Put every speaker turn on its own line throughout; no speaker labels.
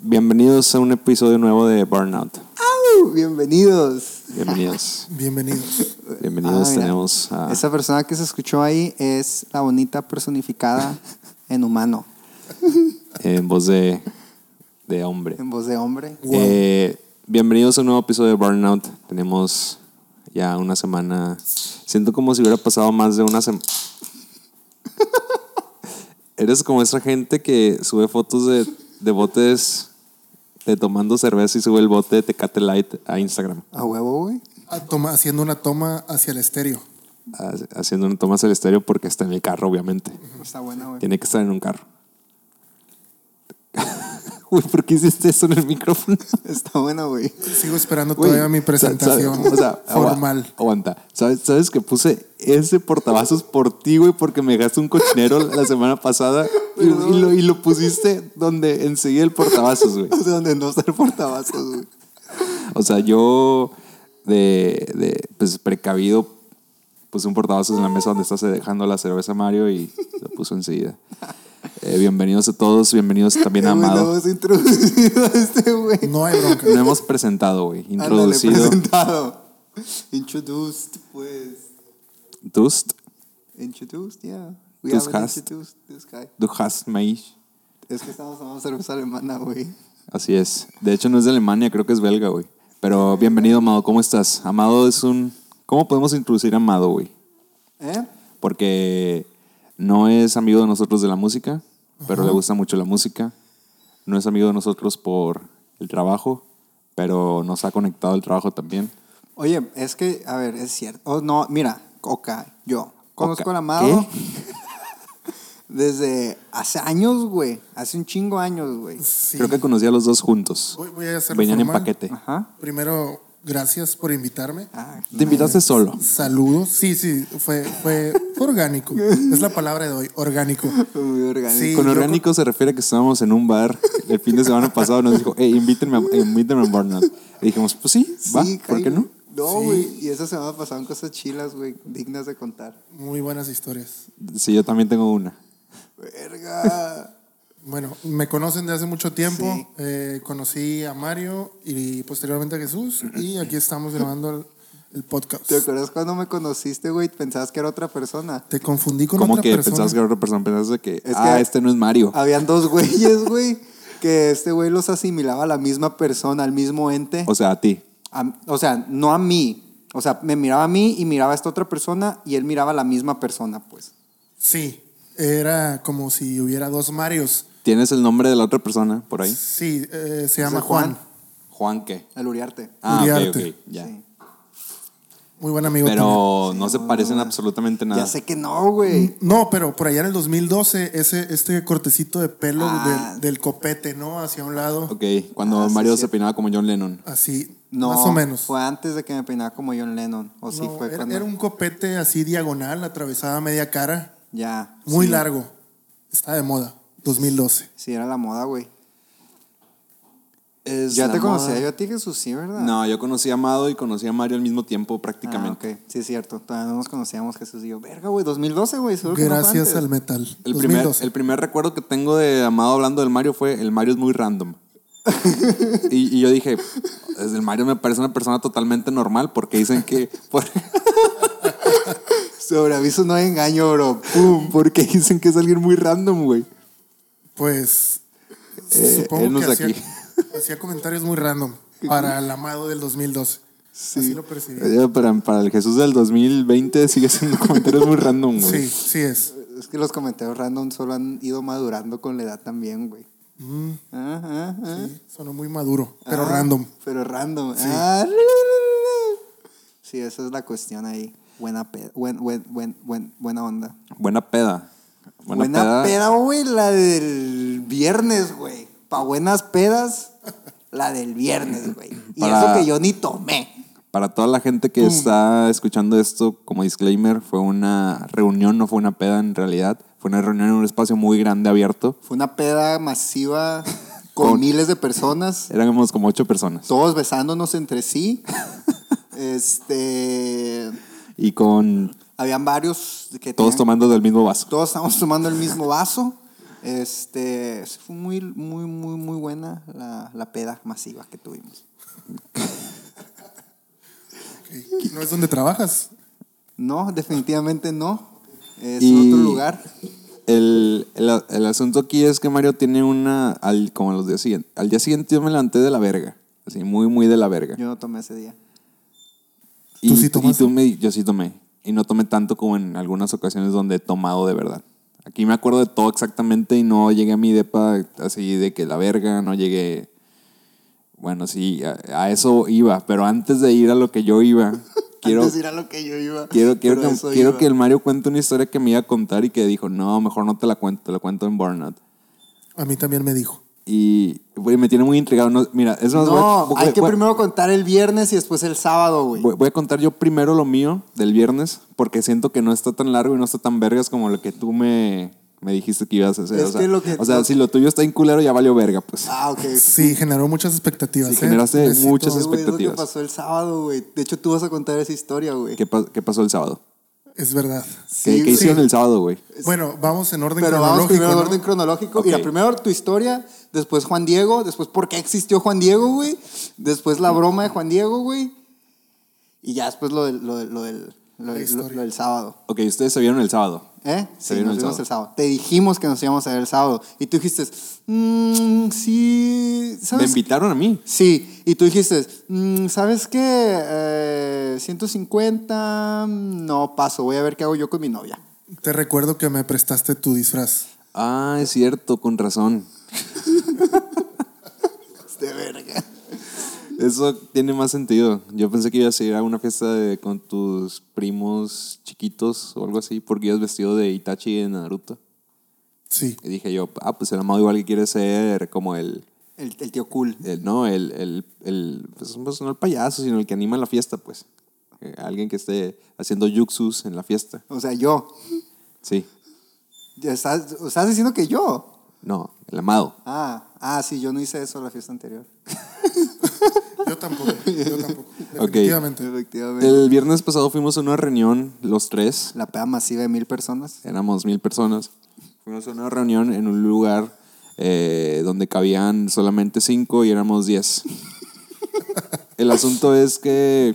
Bienvenidos a un episodio nuevo de Burnout.
¡Au! Bienvenidos.
Bienvenidos.
Bienvenidos.
Bienvenidos
Ah, mira.
tenemos a...
Esa persona que se escuchó ahí es la bonita personificada en humano,
eh, en voz de, de hombre.
en voz de hombre.
Wow.
Eh, bienvenidos a un nuevo episodio de Burnout. Tenemos ya una semana... Siento como si hubiera pasado más de una semana... Eres como esa gente que sube fotos de, de botes de tomando cerveza y sube el bote de Tecate Light a Instagram.
A huevo, güey.
A toma- haciendo una toma hacia el estéreo.
ha- Haciendo un tomas al estéreo porque está en el carro, obviamente.
Está buena, güey.
Tiene que estar en un carro. Uy, ¿por qué hiciste eso en el micrófono?
Está buena, güey.
Sigo esperando
Güey,
todavía mi
sa- sa-
presentación
o sea, agua-
formal.
Aguanta. ¿Sabes, ¿Sabes que puse ese portavasos por ti, güey? Porque me gasté un cochinero la semana pasada y, y lo, y lo pusiste donde enseguida el portavasos, güey.
O sea, donde no está el portavasos, güey.
O sea, yo de, de, pues precavido puse un portavasos en la mesa donde estás dejando la cerveza Mario y lo puso enseguida. Eh, bienvenidos a todos, bienvenidos también a
Qué buena
Amado.
voz introducido a este, güey.
No hay bronca.
No hemos presentado, güey.
Ándale,
Introducido.
presentado. Introduced, pues.
Dust,
Introduced, yeah. We
Tus
haven't
hast.
introduced this guy.
du hast mich.
Es que estamos tomando cerveza alemana, güey.
Así es. De hecho, no es de Alemania, creo que es belga, güey. Pero bienvenido, Amado. ¿Cómo estás? Amado es un. ¿Cómo podemos introducir a Amado, güey?
¿Eh?
Porque no es amigo de nosotros de la música, pero le gusta mucho la música. No es amigo de nosotros por el trabajo, pero nos ha conectado el trabajo también.
Oye, es que, a ver, es cierto. Oh, no, mira, Coca, yo. Conozco
Coca,
al amado desde hace años, güey. Hace un chingo años, güey.
Sí.
Creo que conocí a los dos juntos.
Voy- voy a hacerlo
Venían en
formal.
paquete.
Ajá.
Primero, gracias por invitarme.
Ah,
Te invitaste solo.
Saludos. Sí, sí, fue, fue fue orgánico. Es la palabra de hoy, orgánico.
muy orgánico.
Sí,
Con
yo
orgánico se refiere a que estábamos en un bar el fin de semana pasado. Nos dijo, hey, invítenme a, invítenme a Burnout. Y dijimos, pues sí, va,
Sí,
¿por qué
Jaime.
no?
No, güey. Y esa semana pasaron cosas chilas, güey, dignas de contar.
Muy buenas historias.
Sí, yo también tengo una.
Verga.
Bueno, me conocen de hace mucho tiempo.
Sí.
Eh, conocí a Mario y posteriormente a Jesús. Y aquí estamos grabando el, el podcast.
¿Te acuerdas cuando me conociste, güey? Pensabas que era otra persona.
Te confundí con
Como
otra
que
persona.
pensabas que era otra persona, pensaste que,
que-
ah, este no es Mario.
Habían dos güeyes, güey, que este güey los asimilaba a la misma persona, al mismo ente.
O sea, a ti.
A- o sea, no a mí. O sea, me miraba a mí y miraba a esta otra persona y él miraba a la misma persona, pues.
Sí, era como si hubiera dos Marios.
¿Tienes el nombre de la otra persona por ahí?
Sí, eh, se llama
sea,
Juan.
Juan.
Juan qué.
El Uriarte.
Ah, ok,
Uriarte.
ok, ya.
Sí.
Muy buen amigo. tuyo.
Pero no se parecen absolutamente nada.
Ya sé que no, güey.
No, pero por allá en el 2012, ese, este cortecito de pelo
Ah.
del, del copete, ¿no? Hacia un lado.
Ok, cuando
Ah, sí,
Mario
sí.
se peinaba como John Lennon.
Así,
No,
más o menos.
Fue antes de que me peinaba como John Lennon. O sí,
No,
fue
era,
cuando.
era un copete así diagonal, atravesada media cara,
Ya.
muy
sí,
largo. Está de moda, 2012.
Sí, era la moda, güey. Ya te conocía yo a ti, Jesús, sí, ¿verdad?
No, yo conocí a Amado y conocí a Mario al mismo tiempo
Ah,
prácticamente.
ok. Sí, es cierto. Todavía no nos conocíamos, Jesús y yo. Verga, güey, 2012, güey. seguro que no fue
Gracias
antes.
al metal.
El primer,
2012.
el primer recuerdo que tengo de Amado hablando del Mario fue el Mario es muy random. y, y yo dije, "Pues, el Mario me parece una persona totalmente normal porque dicen que por-
Sobre aviso no hay engaño, bro. Pum.
porque dicen que es alguien muy random, güey.
Pues
Eh, él no
supongo
está
que hacía,
aquí.
hacía comentarios muy random para el amado del 2012. Así lo percibí.
Eh, Para, para el Jesús del 2020 sigue siendo comentarios muy random, güey.
Sí, sí es.
Es que los comentarios random solo han ido madurando con la edad también, güey.
Mm.
Ajá, ajá.
Sí, sonó muy maduro, pero
Ah,
random.
Pero random. Ah, ru, ru, ru, ru. sí, esa es la cuestión ahí. Buena, pe- buen, buen, buen, buen- buena onda.
Buena peda. Buena,
Buena,
peda.
peda, güey, la del viernes, güey. Pa' buenas pedas, la del viernes, güey. Y
Para-
eso que yo ni tomé.
Para toda la gente que está escuchando esto, como disclaimer, fue una reunión, no fue una peda en realidad. Fue una reunión en un espacio muy grande, abierto.
Fue una peda masiva con,
Con-
miles de personas,
Éramos como ocho personas.
todos besándonos entre sí. este.
Y con
Habían varios que
todos
tenían-
tomando del mismo vaso.
todos estábamos tomando el mismo vaso. Este, fue muy, muy, muy, muy buena la, la, la peda masiva que tuvimos.
Ok. No es donde trabajas.
No, definitivamente no. Es
Y
otro lugar.
El, el- el asunto aquí es que Mario tiene una. Al, como los días siguientes. Al día siguiente yo me levanté de la verga. Así, muy, muy de la verga.
Yo no tomé ese día.
y,
¿Tú sí
y
tomaste?
tú me- yo sí tomé. Y no tomé tanto como en algunas ocasiones donde he tomado de verdad. Aquí me acuerdo de todo exactamente y no llegué a mi depa así de que la verga, no llegué. Bueno, sí, a, a eso iba. Pero antes de ir a lo que yo iba, quiero.
Antes era lo que yo iba.
Quiero, quiero,
pero
que,
eso
quiero
iba.
que el Mario cuente una historia que me iba a contar y que dijo, no, mejor no te la cuento, te la cuento en Burnout.
A mí también me dijo.
Y güey, me tiene muy intrigado. no- mira, es más, voy a-
No,
voy-
hay que
voy-
primero contar el viernes y después el sábado, güey.
voy- voy a contar yo primero lo mío del viernes, porque siento que no está tan largo y no está tan vergas como lo que tú me, me dijiste que ibas a hacer.
Es
o sea,
que lo que-
o sea, si lo tuyo está en culero, ya valió verga, pues.
Ah, ok.
Sí, generó muchas expectativas.
Sí,
¿eh?
generaste
Necesito-
muchas
Ay, güey, es lo que
expectativas.
pasó el sábado, güey. De hecho, tú vas a contar esa historia, güey.
¿Qué, pa- qué pasó el sábado?
Es verdad.
¿Qué,
Sí,
qué
güey.
hicieron el sábado, güey?
Bueno, vamos en orden
Pero vamos
cronológico.
primero en
¿no?
orden cronológico.
Ok.
Mira, primero tu historia, después Juan Diego, después por qué existió Juan Diego, güey. Después la broma de Juan Diego, güey. Y ya después lo del, lo del, lo del, lo del-
historia.
lo del sábado.
Ok, ustedes se vieron el sábado.
¿Eh? Sí,
vieron
nos
el
vimos
sábado.
el sábado. Te dijimos que nos íbamos a ver el sábado. Y tú dijiste, "Mm, sí,
Me
¿sabes?
invitaron a mí.
Sí, y tú dijiste, "Mm, ¿sabes qué? Eh, 150, mm, no paso, voy a ver qué hago yo con mi novia.
Te recuerdo que me prestaste tu disfraz.
Ah, es cierto, con razón.
De verga.
Eso tiene más sentido. Yo pensé que ibas a ir a una fiesta de- con tus primos chiquitos o algo así, porque ibas vestido de Itachi en Naruto.
Sí.
Y dije yo, ah, pues el amado igual que quiere ser como el,
El, el tío cool.
el- no, el, el, el- pues, pues, no el payaso, sino el que anima la fiesta, pues. Eh, alguien que esté haciendo yuxus en la fiesta.
O sea, yo.
Sí,
Ya estás, o estás diciendo que yo.
no, el amado.
Ah, ah, sí, yo no hice eso la fiesta anterior.
Yo tampoco. Yo tampoco.
Ok.
Definitivamente.
Efectivamente.
El viernes pasado fuimos a una reunión, los tres,
La peda masiva de mil personas.
éramos mil personas. Fuimos a una reunión en un lugar eh, donde cabían solamente cinco y éramos diez. El asunto es que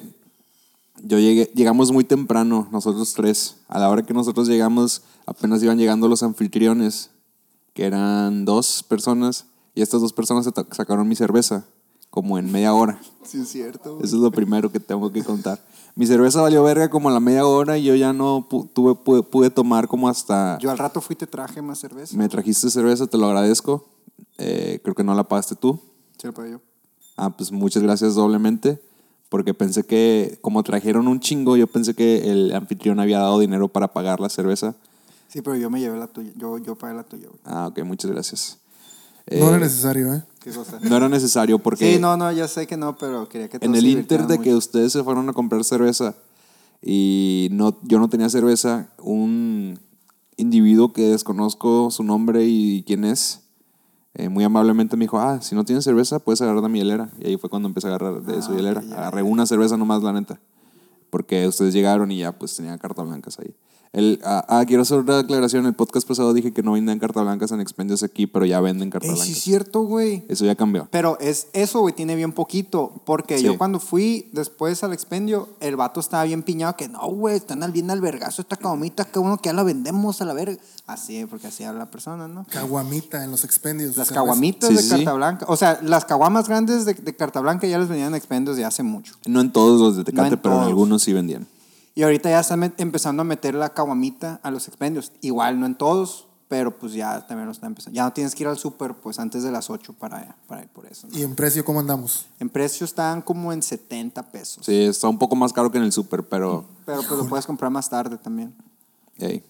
yo llegué, llegamos muy temprano, nosotros tres. A la hora que nosotros llegamos, apenas iban llegando los anfitriones, que eran dos personas, y estas dos personas se ta- sacaron mi cerveza, como en media hora.
Sí, es cierto.
Eso es lo primero que tengo que contar. Mi cerveza valió verga como a la media hora y yo ya no pu- tuve, pude, pude tomar como hasta...
Yo al rato fui y te traje más cerveza.
Me trajiste cerveza, te lo agradezco. Eh, creo que no la pagaste tú.
Sí, lo pagué yo.
Ah, pues muchas gracias doblemente. Porque pensé que, como trajeron un chingo, yo pensé que el anfitrión había dado dinero para pagar la cerveza.
Sí, pero yo me llevé la tuya. Yo, yo pagué la tuya, güey.
Ah, ok, muchas gracias.
No era
Eh,
necesario, ¿eh?
Qué cosa.
no era necesario porque...
Sí, no, no, ya sé que no, pero quería que
En
todos
el
se
inter
divirtieran
de que
mucho.
ustedes se fueron a comprar cerveza y no, yo no tenía cerveza, un individuo que desconozco su nombre y quién es, eh, muy amablemente me dijo, ah, si no tienes cerveza, puedes agarrar de mi hielera. Y ahí fue cuando empecé a agarrar de
Ah,
su hielera. Agarré una cerveza nomás, la neta. Porque ustedes llegaron y ya pues tenían cartas blancas ahí. El, ah, ah, quiero hacer una aclaración. El podcast pasado dije que no vendían cartas blancas en Expendios aquí, pero ya venden cartas
Ey, sí,
blancas.
es cierto, güey.
Eso ya cambió.
Pero es, eso, güey, tiene bien poquito. Porque
Sí.
yo cuando fui después al expendio, el vato estaba bien piñado que no, güey, están al bien al vergazo esta caomita, que uno que ya la vendemos a la verga. Así, porque así habla la persona, ¿no?
Caguamita en los expendios.
Las
cerveza.
caguamitas
Sí,
de
sí, sí.
Carta Blanca, o sea, las caguamas grandes de, de Carta Blanca ya las venían en expendios de hace mucho.
No en todos los de Tecate,
en
pero en
todos.
algunos sí vendían.
Y ahorita ya están met- empezando a meter la caguamita a los expendios. Igual no en todos, pero pues ya también lo están empezando. Ya no tienes que ir al súper pues antes de las 8 para, para ir por eso. ¿no?
¿Y en precio cómo andamos?
En precio están como en 70 pesos.
Sí, está un poco más caro que en el súper, pero
Pero pues lo puedes comprar más tarde también.
ey.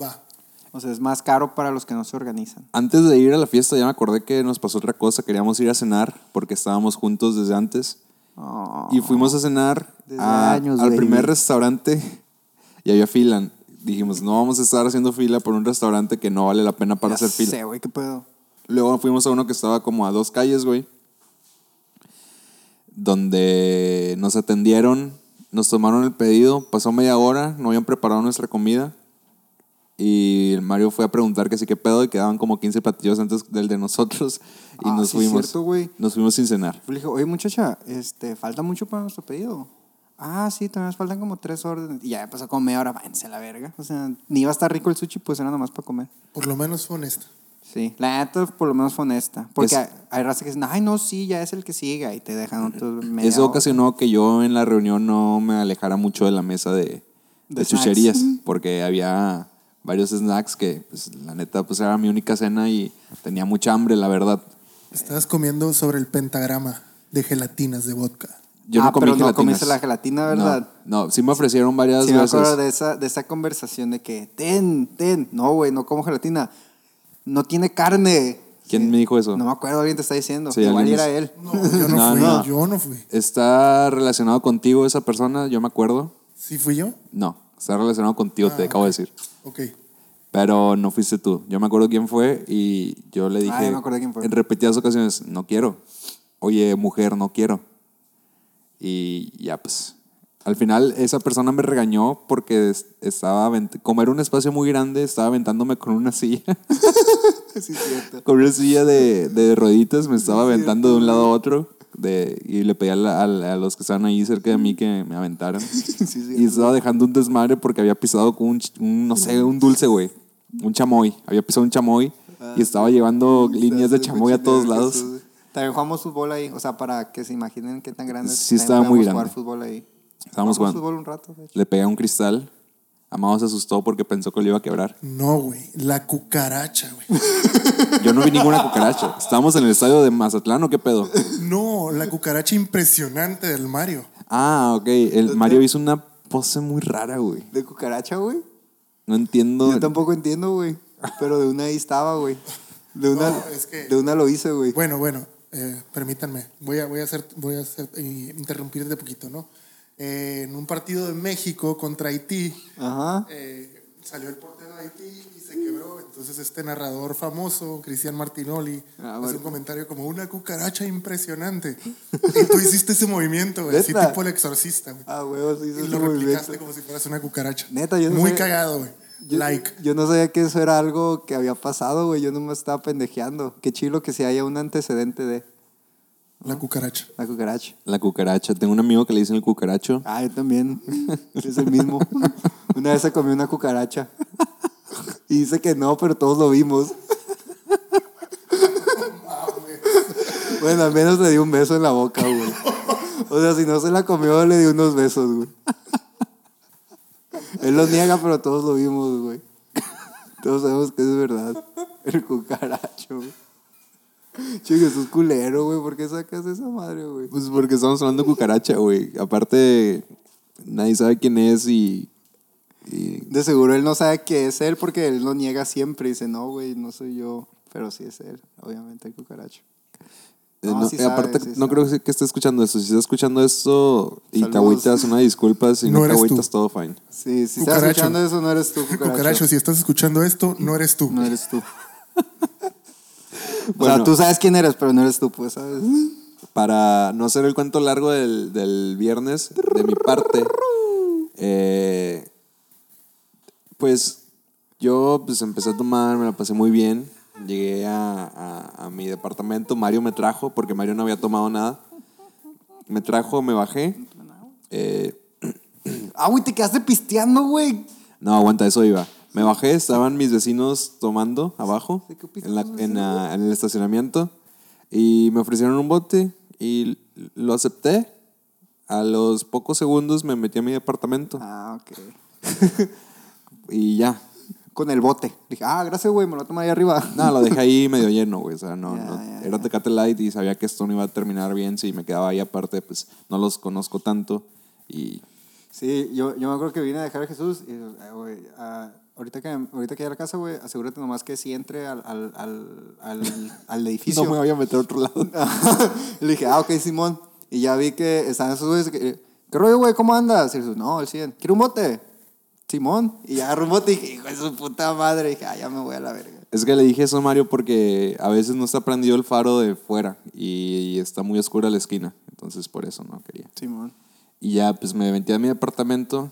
Va.
O sea, es más caro para los que no se organizan.
antes de ir a la fiesta ya me acordé que nos pasó otra cosa. Queríamos ir a cenar porque estábamos juntos desde antes
Oh.
y fuimos a cenar
Desde
a-
años,
al
baby.
primer restaurante y había fila. Dijimos, no vamos a estar haciendo fila por un restaurante que no vale la pena para
Ya
hacer fila.
sé, güey, ¿qué pedo?
Luego fuimos a uno que estaba como a dos calles, güey. Donde nos atendieron, nos tomaron el pedido, pasó media hora, no habían preparado nuestra comida. Y el Mario fue a preguntar que sí, qué pedo, y quedaban como 15 platillos antes del de nosotros. Y
Ah,
nos
sí,
fuimos.
cierto, güey.
nos fuimos sin cenar.
Le dije, oye muchacha, este, falta mucho para nuestro pedido. Ah, sí, todavía nos faltan como tres órdenes. Y ya pasó como media hora, váyanse a la verga. O sea, ni iba a estar rico el sushi, pues era nomás para comer.
Por lo menos fue honesta.
Sí, la neta por lo menos fue honesta. Porque
Es-
hay, hay raza que dice, ay, no, sí, ya es el que siga. Y te dejan otros media
Eso
hora.
ocasionó que yo en la reunión no me alejara mucho de la mesa de, de
De snacks. Mm.
chucherías, porque había varios snacks que, pues, la neta, pues era mi única cena y tenía mucha hambre, la verdad.
Estabas comiendo sobre el pentagrama de gelatinas de vodka.
Yo
Ah,
no comí
pero no
gelatinas.
comiste la gelatina,
No,
¿verdad?
No, sí me ofrecieron varias
Sí, me
veces.
acuerdo de esa, de esa conversación de que, ten, ten, no, güey, no como gelatina. No tiene carne.
¿Quién
Sí.
me dijo eso?
No me acuerdo, alguien te está diciendo.
Sí,
Igual
alguien
era
es-
él.
No, yo no,
No,
fui.
no.
Yo no fui.
¿Está relacionado contigo esa persona? Yo me acuerdo.
¿Sí fui yo?
No, está relacionado contigo,
Ah,
te acabo de decir.
Ok.
Pero no fuiste tú. Yo me acuerdo quién fue y yo le dije
Ah, ya me acordé quién fue.
en repetidas ocasiones, no quiero. Oye, mujer, no quiero. Y ya pues. Al final esa persona me regañó porque es- estaba, avent- como era un espacio muy grande, estaba aventándome con una silla.
Sí, es cierto.
con una silla de, de rueditas, me estaba aventando de un lado a otro de, y le pedí a, la- a la- a los que estaban ahí cerca de mí que me aventaran. y estaba dejando un desmadre porque había pisado con un, ch- un, no sé, un dulce, güey. Un chamoy. Había pisado un chamoy y Ah. estaba llevando líneas de chamoy a todos lados.
También jugamos fútbol ahí, o sea, para que se imaginen qué tan grande
Sí,
es.
estaba
También
muy
podíamos
grande.
jugar fútbol ahí.
Estábamos
Jugamos
jugando.
fútbol un rato, de hecho.
Le pegué a un cristal. Amado se asustó porque pensó que lo iba a quebrar.
No, güey. La cucaracha, güey.
Yo no vi ninguna cucaracha. Estábamos en el estadio de Mazatlán o qué pedo.
No, la cucaracha impresionante del Mario.
Ah, ok. El Mario hizo una pose muy rara, güey.
¿De cucaracha, güey?
No entiendo.
Yo tampoco entiendo, güey. Pero de una ahí estaba, güey. De una,
No, es que-
de una lo hice, güey.
Bueno, bueno, eh, permítanme. Voy a, voy a hacer, voy a hacer, eh, interrumpirte poquito, ¿no? Eh, en un partido de México contra Haití,
Ajá.
eh, salió el portero de Haití y se quebró. Entonces este narrador famoso, Cristian Martinoli,
Ah,
hace
bueno.
un comentario como una cucaracha impresionante. y tú hiciste ese movimiento, güey, así
¿Neta?
tipo el exorcista, güey.
Ah, güey, sí, eso
Y
es
lo
muy
replicaste
bien.
como si fueras una cucaracha.
Neta, yo no
Muy
sabía-
cagado, güey.
Yo,
Like.
yo no sabía que eso era algo que había pasado, güey. Yo nomás estaba pendejeando. Qué chilo que si haya un antecedente de
La cucaracha.
la Ah. cucaracha.
La cucaracha. Tengo un amigo que le dicen el cucaracho.
Ah, yo también. Es el mismo. Una vez se comió una cucaracha. Y dice que no, pero todos lo vimos. Bueno, al menos le dio un beso en la boca, güey. O sea, si no se la comió, le dio unos besos, güey. Él lo niega, pero todos lo vimos, güey. Todos sabemos que es verdad. El cucaracho, güey. Chico, eso es culero, güey. ¿Por qué sacas esa madre, güey?
Pues porque estamos hablando de cucaracha, güey. Aparte, nadie sabe quién es y. y- eh,
De seguro él no sabe que es él porque él lo niega siempre. y Dice, no, güey, no soy yo. Pero sí es él, obviamente, el cucaracho.
eh,
No,
no-
sí
eh,
sabe,
aparte,
sí
no
sabe.
creo que esté escuchando esto. Si está escuchando esto y te
Saludos.
agüitas, una disculpa. Si no,
No
te
eres tú.
agüitas, todo fine.
Sí, si estás
Cucaracho.
escuchando eso, no eres tú, cucaracho.
Cucaracho, si estás escuchando esto, no eres tú.
No eres tú. o
Bueno.
sea, tú sabes quién eres, pero no eres tú, pues, ¿sabes?
Para no hacer el cuento largo del, del viernes, de mi parte, eh, pues yo pues, empecé a tomar, me la pasé muy bien. Llegué a, a- a mi departamento, Mario me trajo, porque Mario no había tomado nada. Me trajo, me bajé. Eh,
Ah, güey, te quedaste pisteando, güey.
no, aguanta, eso iba. Me bajé, estaban mis vecinos tomando abajo,
¿De qué opinas
en, la-
de los
en la- en el estacionamiento, y me ofrecieron un bote y l- lo acepté. A los pocos segundos me metí a mi departamento
Ah, ok.
y ya.
Con el bote. Dije, ah, gracias, güey, me lo voy a tomar ahí arriba.
No, lo dejé ahí medio lleno, güey. O sea, no,
Ya,
no-
ya,
era Tecate Light y sabía que esto no iba a terminar bien si me quedaba ahí. Aparte, pues no los conozco tanto y
Sí, yo, yo me acuerdo que vine a dejar a Jesús y, eh, güey, ah, ahorita que ahorita que llegue a la casa, güey, asegúrate nomás que sí entre al, al, al, al, al edificio.
no me voy a meter a otro lado.
Le dije, ah, ok, Simón. Y ya vi que estaban esos güeyes. que, ¿Qué rollo, güey? ¿Cómo andas? Y Jesús, no, el 100. ¿Quiere un bote? Simón. Y ya agarró un bote y dije, hijo de su puta madre. Y dije, ah, ya me voy a la verga.
Es que le dije eso a Mario porque a veces no está prendido el faro de fuera y, está muy oscura la esquina. Entonces por eso no quería.
Simón.
Y ya, pues me metí a mi apartamento.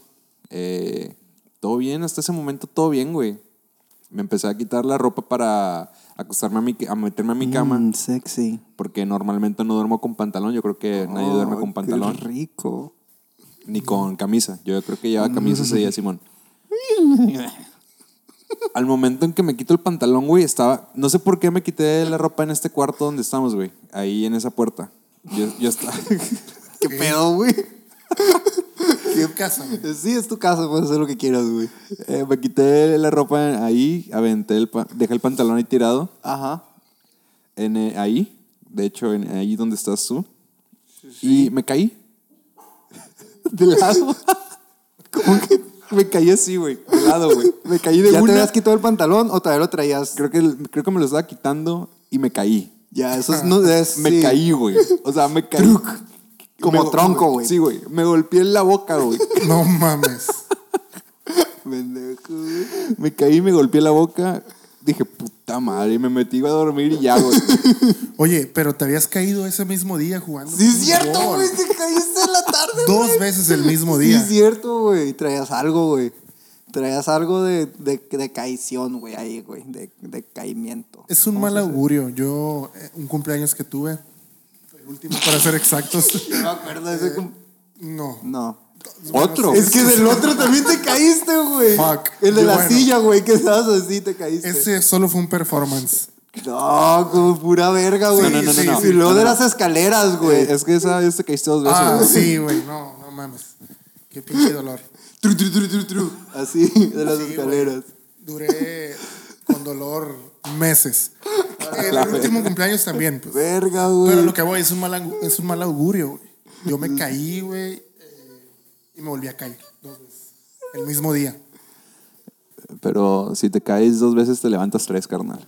eh, todo bien, hasta ese momento todo bien, güey. me empecé a quitar la ropa para acostarme a, mi, a meterme a mi cama,
Mm, sexy.
porque normalmente no duermo con pantalón. Yo creo que nadie duerme
Ay,
con pantalón,
Qué rico.
ni con camisa. Yo creo que lleva camisa ese
Mm.
día, Simón. Al momento en que me quito el pantalón, güey, estaba. No sé por qué me quité la ropa en este cuarto donde estamos, güey. Ahí en esa puerta. Yo, yo estaba.
¿Qué pedo, güey?
¿Qué casa, güey?
Sí, es tu casa, puedes hacer lo que quieras, güey.
Eh, me quité la ropa ahí, aventé el pa- dejé el pantalón ahí tirado.
Ajá.
en, eh, ahí, de hecho, en, ahí donde estás tú. Y me caí.
De lado.
Me caí así, güey. De lado, güey. Me caí de
¿Ya te
una.
habías quitado el pantalón o todavía lo traías?
Creo que, creo que me lo estaba quitando y me caí.
Ya, eso es... No, es
Me
sí.
caí, güey. O sea, me caí.
Como
go-
tronco, güey.
Sí, güey. Me golpeé en la boca, güey.
No mames.
Pendejo, güey.
Me caí, me golpeé la boca. Dije, puta madre. Y me metí iba a dormir y ya, güey.
Oye, pero te habías caído ese mismo día jugando.
Sí, es
fútbol.
cierto, güey. Te caíste en la tarde, güey.
Dos veces el mismo
Sí,
día.
es cierto, güey. Traías algo, güey. Traías algo de, de, de caición, güey, ahí, güey. De, de caimiento.
Es un mal augurio. Yo, eh, un cumpleaños que tuve, el último para ser exactos.
No me acuerdo
Eh,
de ese cum-
No.
No.
Otro.
Es que del otro también te caíste, güey.
Fuck.
El de
Y
la
bueno.
silla, güey, que estabas así, te caíste.
Ese solo fue un performance.
No, como pura verga, güey.
no, no, no, no.
Y luego
No,
de
no, Eh,
las escaleras, güey.
Es que esa vez te caíste dos veces,
Ah,
güey.
sí, güey. No, no mames. Qué pinche dolor.
Tru, tru, tru, tru, tru. Así, de las
Sí, güey.
escaleras.
Duré con dolor meses.
Ah,
En el último cumpleaños también, pues.
Verga, güey.
Pero lo que voy es un mal, angu- es un mal augurio, güey. Yo
Mm.
me caí, güey, eh, y me volví a caer dos veces. El mismo día.
Pero si te caes dos veces, te levantas tres, carnal.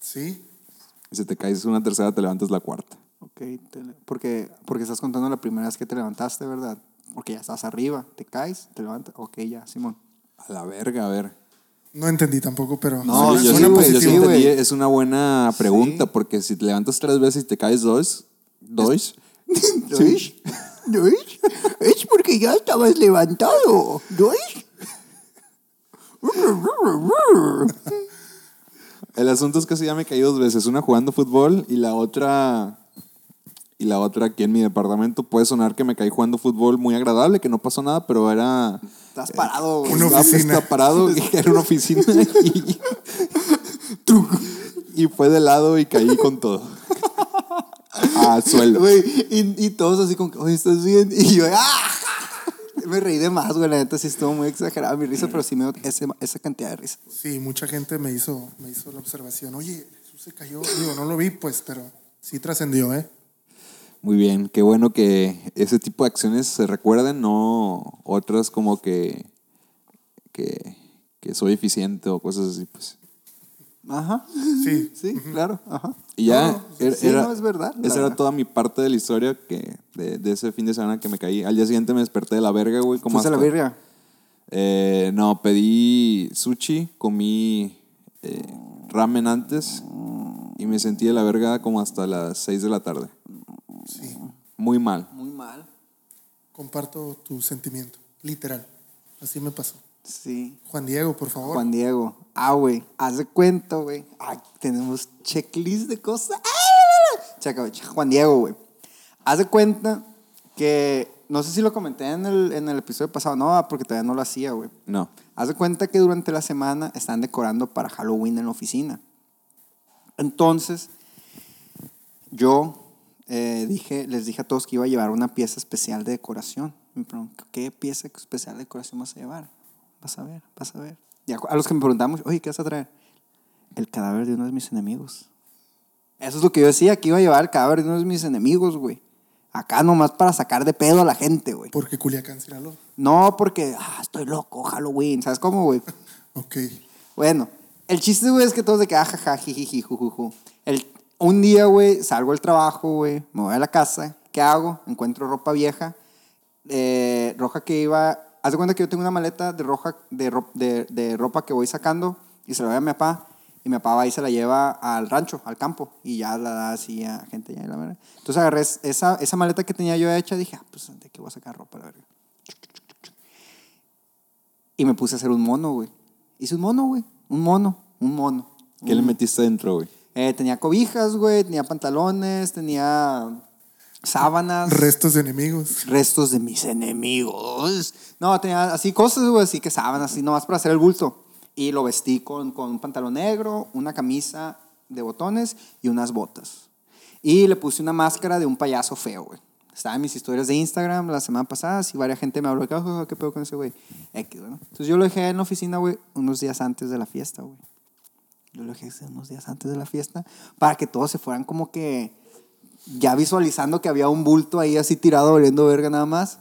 Sí.
Y si te caes una tercera, te levantas la cuarta.
Ok, te le- porque, porque estás contando la primera vez que te levantaste, ¿verdad? Porque ya estás arriba, te caes, te levantas. Ok, ya, Simón.
A la verga, a ver.
No entendí tampoco, pero.
No,
Sí, yo, sí,
sí,
suena- suena
güey, yo sí
positivo.
positivo.
entendí,
güey.
es una buena pregunta, porque si te levantas tres veces y te caes dos, dos,
¿Doish? ¿Doish? Es porque ya estabas levantado. ¿Doish?
el asunto es que sí ya me caí dos veces, una jugando fútbol y la otra y la otra aquí en mi departamento puede sonar que me caí jugando fútbol muy agradable, que no pasó nada, pero era
Estás parado, güey.
Una
estaba-
oficina.
estaba parado, y era una oficina y, y fue de lado y caí con todo. Al suelo.
Güey, y, y todos así como que, oye, ¿estás bien? Y yo, ¡ah! Me reí de más, güey. La neta sí estuvo muy exagerada mi risa, pero sí me dio ese- esa cantidad de risa.
Sí, mucha gente me hizo, me hizo la observación. Oye, Jesús se cayó. Digo, no lo vi, pues, pero sí trascendió, ¿eh?
Muy bien, qué bueno que ese tipo de acciones se recuerden, no otras como que, que, que soy eficiente o cosas así. Pues.
Ajá.
Sí.
Sí, claro. Ajá.
Y ya er,
No,
era,
sí, no, es verdad, la
Esa era
verdad.
toda mi parte de la historia que de, de ese fin de semana que me caí. Al día siguiente me desperté de la verga, güey. como
Fuiste a la
hasta-
verga.
Eh, no, pedí sushi, comí eh, ramen antes y me sentí de la verga como hasta las 6 de la tarde.
Sí.
Muy mal.
Muy mal.
Comparto tu sentimiento. Literal. Así me pasó.
Sí.
Juan Diego, por favor.
Juan Diego. Ah, güey. Haz de cuenta, güey. Ay, tenemos checklist de cosas. ¡Ah! Chaca, güey, chaca. Juan Diego, güey. Haz de cuenta que. No sé si lo comenté en el, en el episodio pasado. No, ah, porque todavía no lo hacía, güey.
No.
Haz de cuenta que durante la semana están decorando para Halloween en la oficina. Entonces, yo eh, dije, les dije a todos que iba a llevar una pieza especial de decoración. Me preguntaron, ¿qué pieza especial de decoración vas a llevar? Vas a ver, vas a ver. Y a, a los que me preguntamos, oye, ¿qué vas a traer? El cadáver de uno de mis enemigos. Eso es lo que yo decía, que iba a llevar el cadáver de uno de mis enemigos, güey. Acá nomás para sacar de pedo a la gente, güey.
Porque Culiacán, Sinaloa.
No, porque ah, estoy loco, Halloween, ¿sabes cómo, güey?
Ok.
Bueno, el chiste, güey, es que todos de que, "Ah, ajaja, jijiji, jujuju. El, un día, güey, salgo del trabajo, güey, me voy a la casa, ¿qué hago? Encuentro ropa vieja, eh, roja que iba. Haz de cuenta que yo tengo una maleta de, roja, de, ro- de, de ropa que voy sacando y se la voy a mi papá. Y mi papá va y se la lleva al rancho, al campo, y ya la da así a gente. Ya, la verga. Entonces agarré es- esa, esa maleta que tenía yo hecha, dije, ah, pues de qué voy a sacar ropa, la verga. Y me puse a hacer un mono, güey. Hice un mono, güey. Un mono, un mono.
¿Qué le
Mm.
metiste dentro, güey?
Eh, tenía cobijas, güey, tenía pantalones, tenía sábanas.
Restos de enemigos.
restos de mis enemigos. No, tenía así cosas, güey, así que sábanas, así nomás para hacer el bulto. Y lo vestí con, con un pantalón negro, una camisa de botones y unas botas. Y le puse una máscara de un payaso feo, güey. Estaba en mis historias de Instagram la semana pasada, así varias gente me habló, de que, "Oh, ¿qué pedo con ese güey? X, ¿no? Entonces yo lo dejé en la oficina, güey, unos días antes de la fiesta, güey. Yo lo dejé unos días antes de la fiesta para que todos se fueran como que ya visualizando que había un bulto ahí así tirado oliendo verga nada más.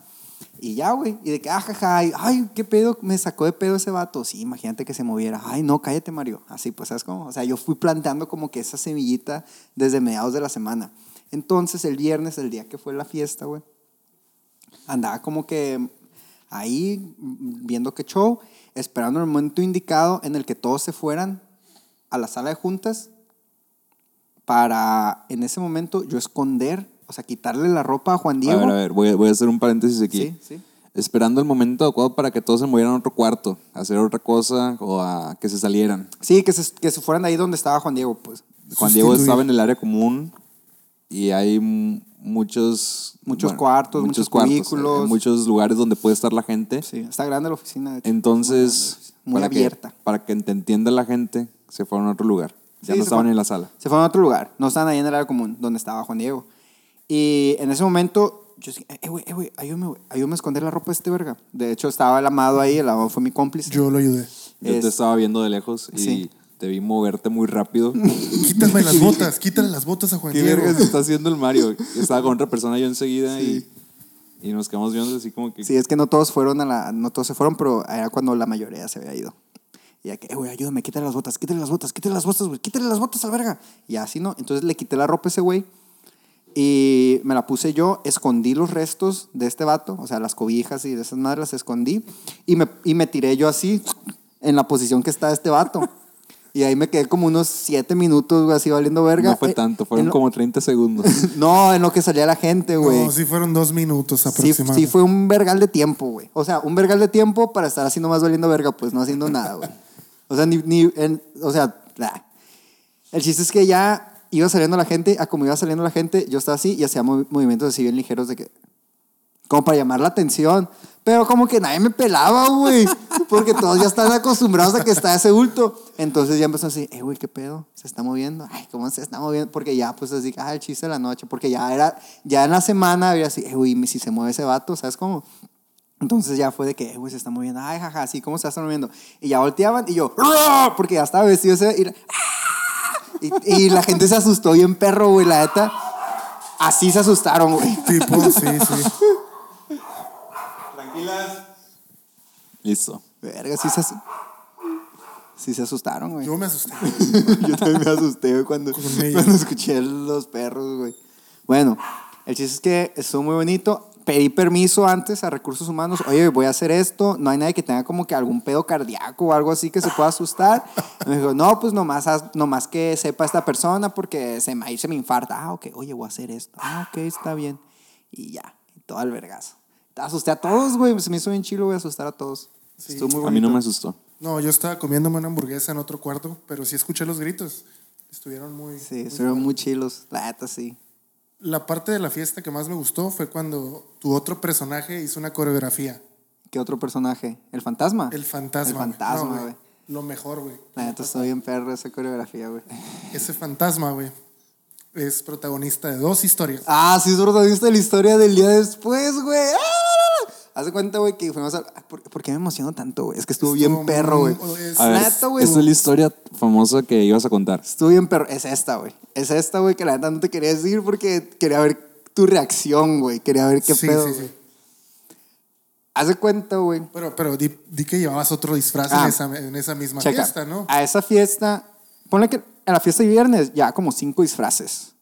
Y ya, güey. Y de que, ajaja, ay, ay, qué pedo, me sacó de pedo ese vato. Sí, imagínate que se moviera. Ay, no, cállate, Mario. Así, pues, ¿sabes cómo? O sea, yo fui plantando como que esa semillita desde mediados de la semana. Entonces, el viernes, el día que fue la fiesta, güey, andaba como que ahí viendo qué show, esperando el momento indicado en el que todos se fueran a la sala de juntas para en ese momento yo esconder, o sea, quitarle la ropa a Juan Diego.
A ver, a ver, voy, a- voy a hacer un paréntesis aquí.
Sí, sí.
Esperando el momento adecuado para que todos se movieran a otro cuarto, a hacer otra cosa o a que se salieran.
Sí, que se, que se fueran de ahí donde estaba Juan Diego, pues.
Juan Diego
Sustituir.
estaba en el área común y hay m- muchos
Muchos cuartos, muchos
cuartos,
cubículos.
eh, muchos lugares donde puede estar la gente.
Sí, está grande la oficina. de hecho.
Entonces,
Muy
para que-
abierta.
para que te entienda la gente, se fueron a otro lugar. Ya
Sí,
no
se
estaban
fue-
en la sala.
Se fueron a otro lugar. No estaban ahí en el área común, donde estaba Juan Diego. Y en ese momento, yo dije, eh, güey, eh, güey, ayúdame, güey, ayúdame a esconder la ropa de este verga. De hecho, estaba el amado ahí, el amado fue mi cómplice.
Yo lo ayudé.
Yo
Es-
te estaba viendo de lejos y
Sí.
te vi moverte muy rápido.
Quítame las botas, quítale las botas a Juan
¿Qué
Diego.
vergas está haciendo el Mario? Estaba con otra persona yo enseguida y, y nos quedamos viendo así como que...
Sí, es que no todos fueron a la, no todos se fueron, pero era cuando la mayoría se había ido. Y ya que, "Eh, güey, ayúdame, quítale las botas, quítale las botas, quítale las botas, güey, quítale las botas al verga. Y así no. Entonces le quité la ropa a ese güey y me la puse yo, escondí los restos de este vato, o sea, las cobijas y de esas madres las escondí y me, y me tiré yo así en la posición que está este vato. Y ahí me quedé como unos siete minutos, güey, así valiendo verga.
No fue
Eh,
tanto, fueron
en lo-
como 30 segundos.
No, en lo que salía la gente, güey.
No, sí fueron dos minutos
Sí,
aproximadamente.
sí fue un vergal de tiempo, güey. O sea, un vergal de tiempo para estar así nomás valiendo verga, pues no haciendo nada, güey. O sea, ni, ni en- o sea, bla. el chiste es que ya iba saliendo la gente, a como iba saliendo la gente, yo estaba así y hacía movi- movimientos así bien ligeros de que como para llamar la atención, pero como que nadie me pelaba, güey, porque todos ya están acostumbrados a que está ese bulto. Entonces ya empezó así, eh, güey, ¿qué pedo? ¿Se está moviendo? Ay, ¿cómo se está moviendo? Porque ya, pues así, ah, el chiste de la noche, porque ya era, ya en la semana había así, eh, güey, si se mueve ese vato, ¿sabes cómo? Entonces ya fue de que, eh, güey, se está moviendo, ay, jaja, así, ¿cómo se está moviendo? Y ya volteaban y yo, "Ruah", porque ya estaba vestido ese, y, y, y la gente se asustó bien perro, güey, la neta. Así se asustaron, güey.
Tipo, sí, sí.
Listo.
Verga, sí se, asu- sí se asustaron, güey. Yo,
Yo me asusté.
también me asusté, güey, cuando,
Con ellos.
cuando escuché los perros, güey. Bueno, el chiste es que estuvo muy bonito. Pedí permiso antes a recursos humanos. Oye, voy a hacer esto. No hay nadie que tenga como que algún pedo cardíaco o algo así que se pueda asustar. Y me dijo, no, pues nomás, haz- nomás que sepa esta persona porque se me, ahí se me infarta. Ah, ok, oye, voy a hacer esto. Ah, ok, está bien. Y ya, y todo al vergazo. Asusté a todos, güey. Se me hizo bien chilo, güey, asustar a todos. Estuvo muy
A mí
bonito.
no me asustó.
No, yo estaba comiéndome una hamburguesa en otro cuarto, pero sí escuché los gritos. Estuvieron muy...
Sí,
muy
estuvieron muy chilos. La neta, sí.
La parte de la fiesta que más me gustó fue cuando tu otro personaje hizo una coreografía.
¿Qué otro personaje? ¿El fantasma?
El fantasma.
El
güey. No,
fantasma, güey.
Lo mejor, güey.
La neta, estoy bien perro esa coreografía, güey.
Ese fantasma, güey, es protagonista de dos historias.
Ah, sí, es protagonista de la historia del día después, güey. ¡Ah! Haz de cuenta, güey, que fuimos a... Ay, ¿Por, por qué me emociono tanto, güey? Es que estuvo,
Estuvo
bien perro,
muy-
güey.
es-
A ver,
Neta, güey.
esta es la historia famosa que ibas a contar.
Estuvo bien perro. Es esta, güey. Es esta, güey, que la neta no te quería decir porque quería ver tu reacción, güey. Quería ver qué
Sí,
pedo,
sí, sí.
güey. Haz de cuenta, güey.
Pero, pero di, di que llevabas otro disfraz
Ah.
en, esa, en esa misma
Checa,
fiesta, ¿no?
A esa fiesta, ponle que a la fiesta de viernes ya como cinco disfraces.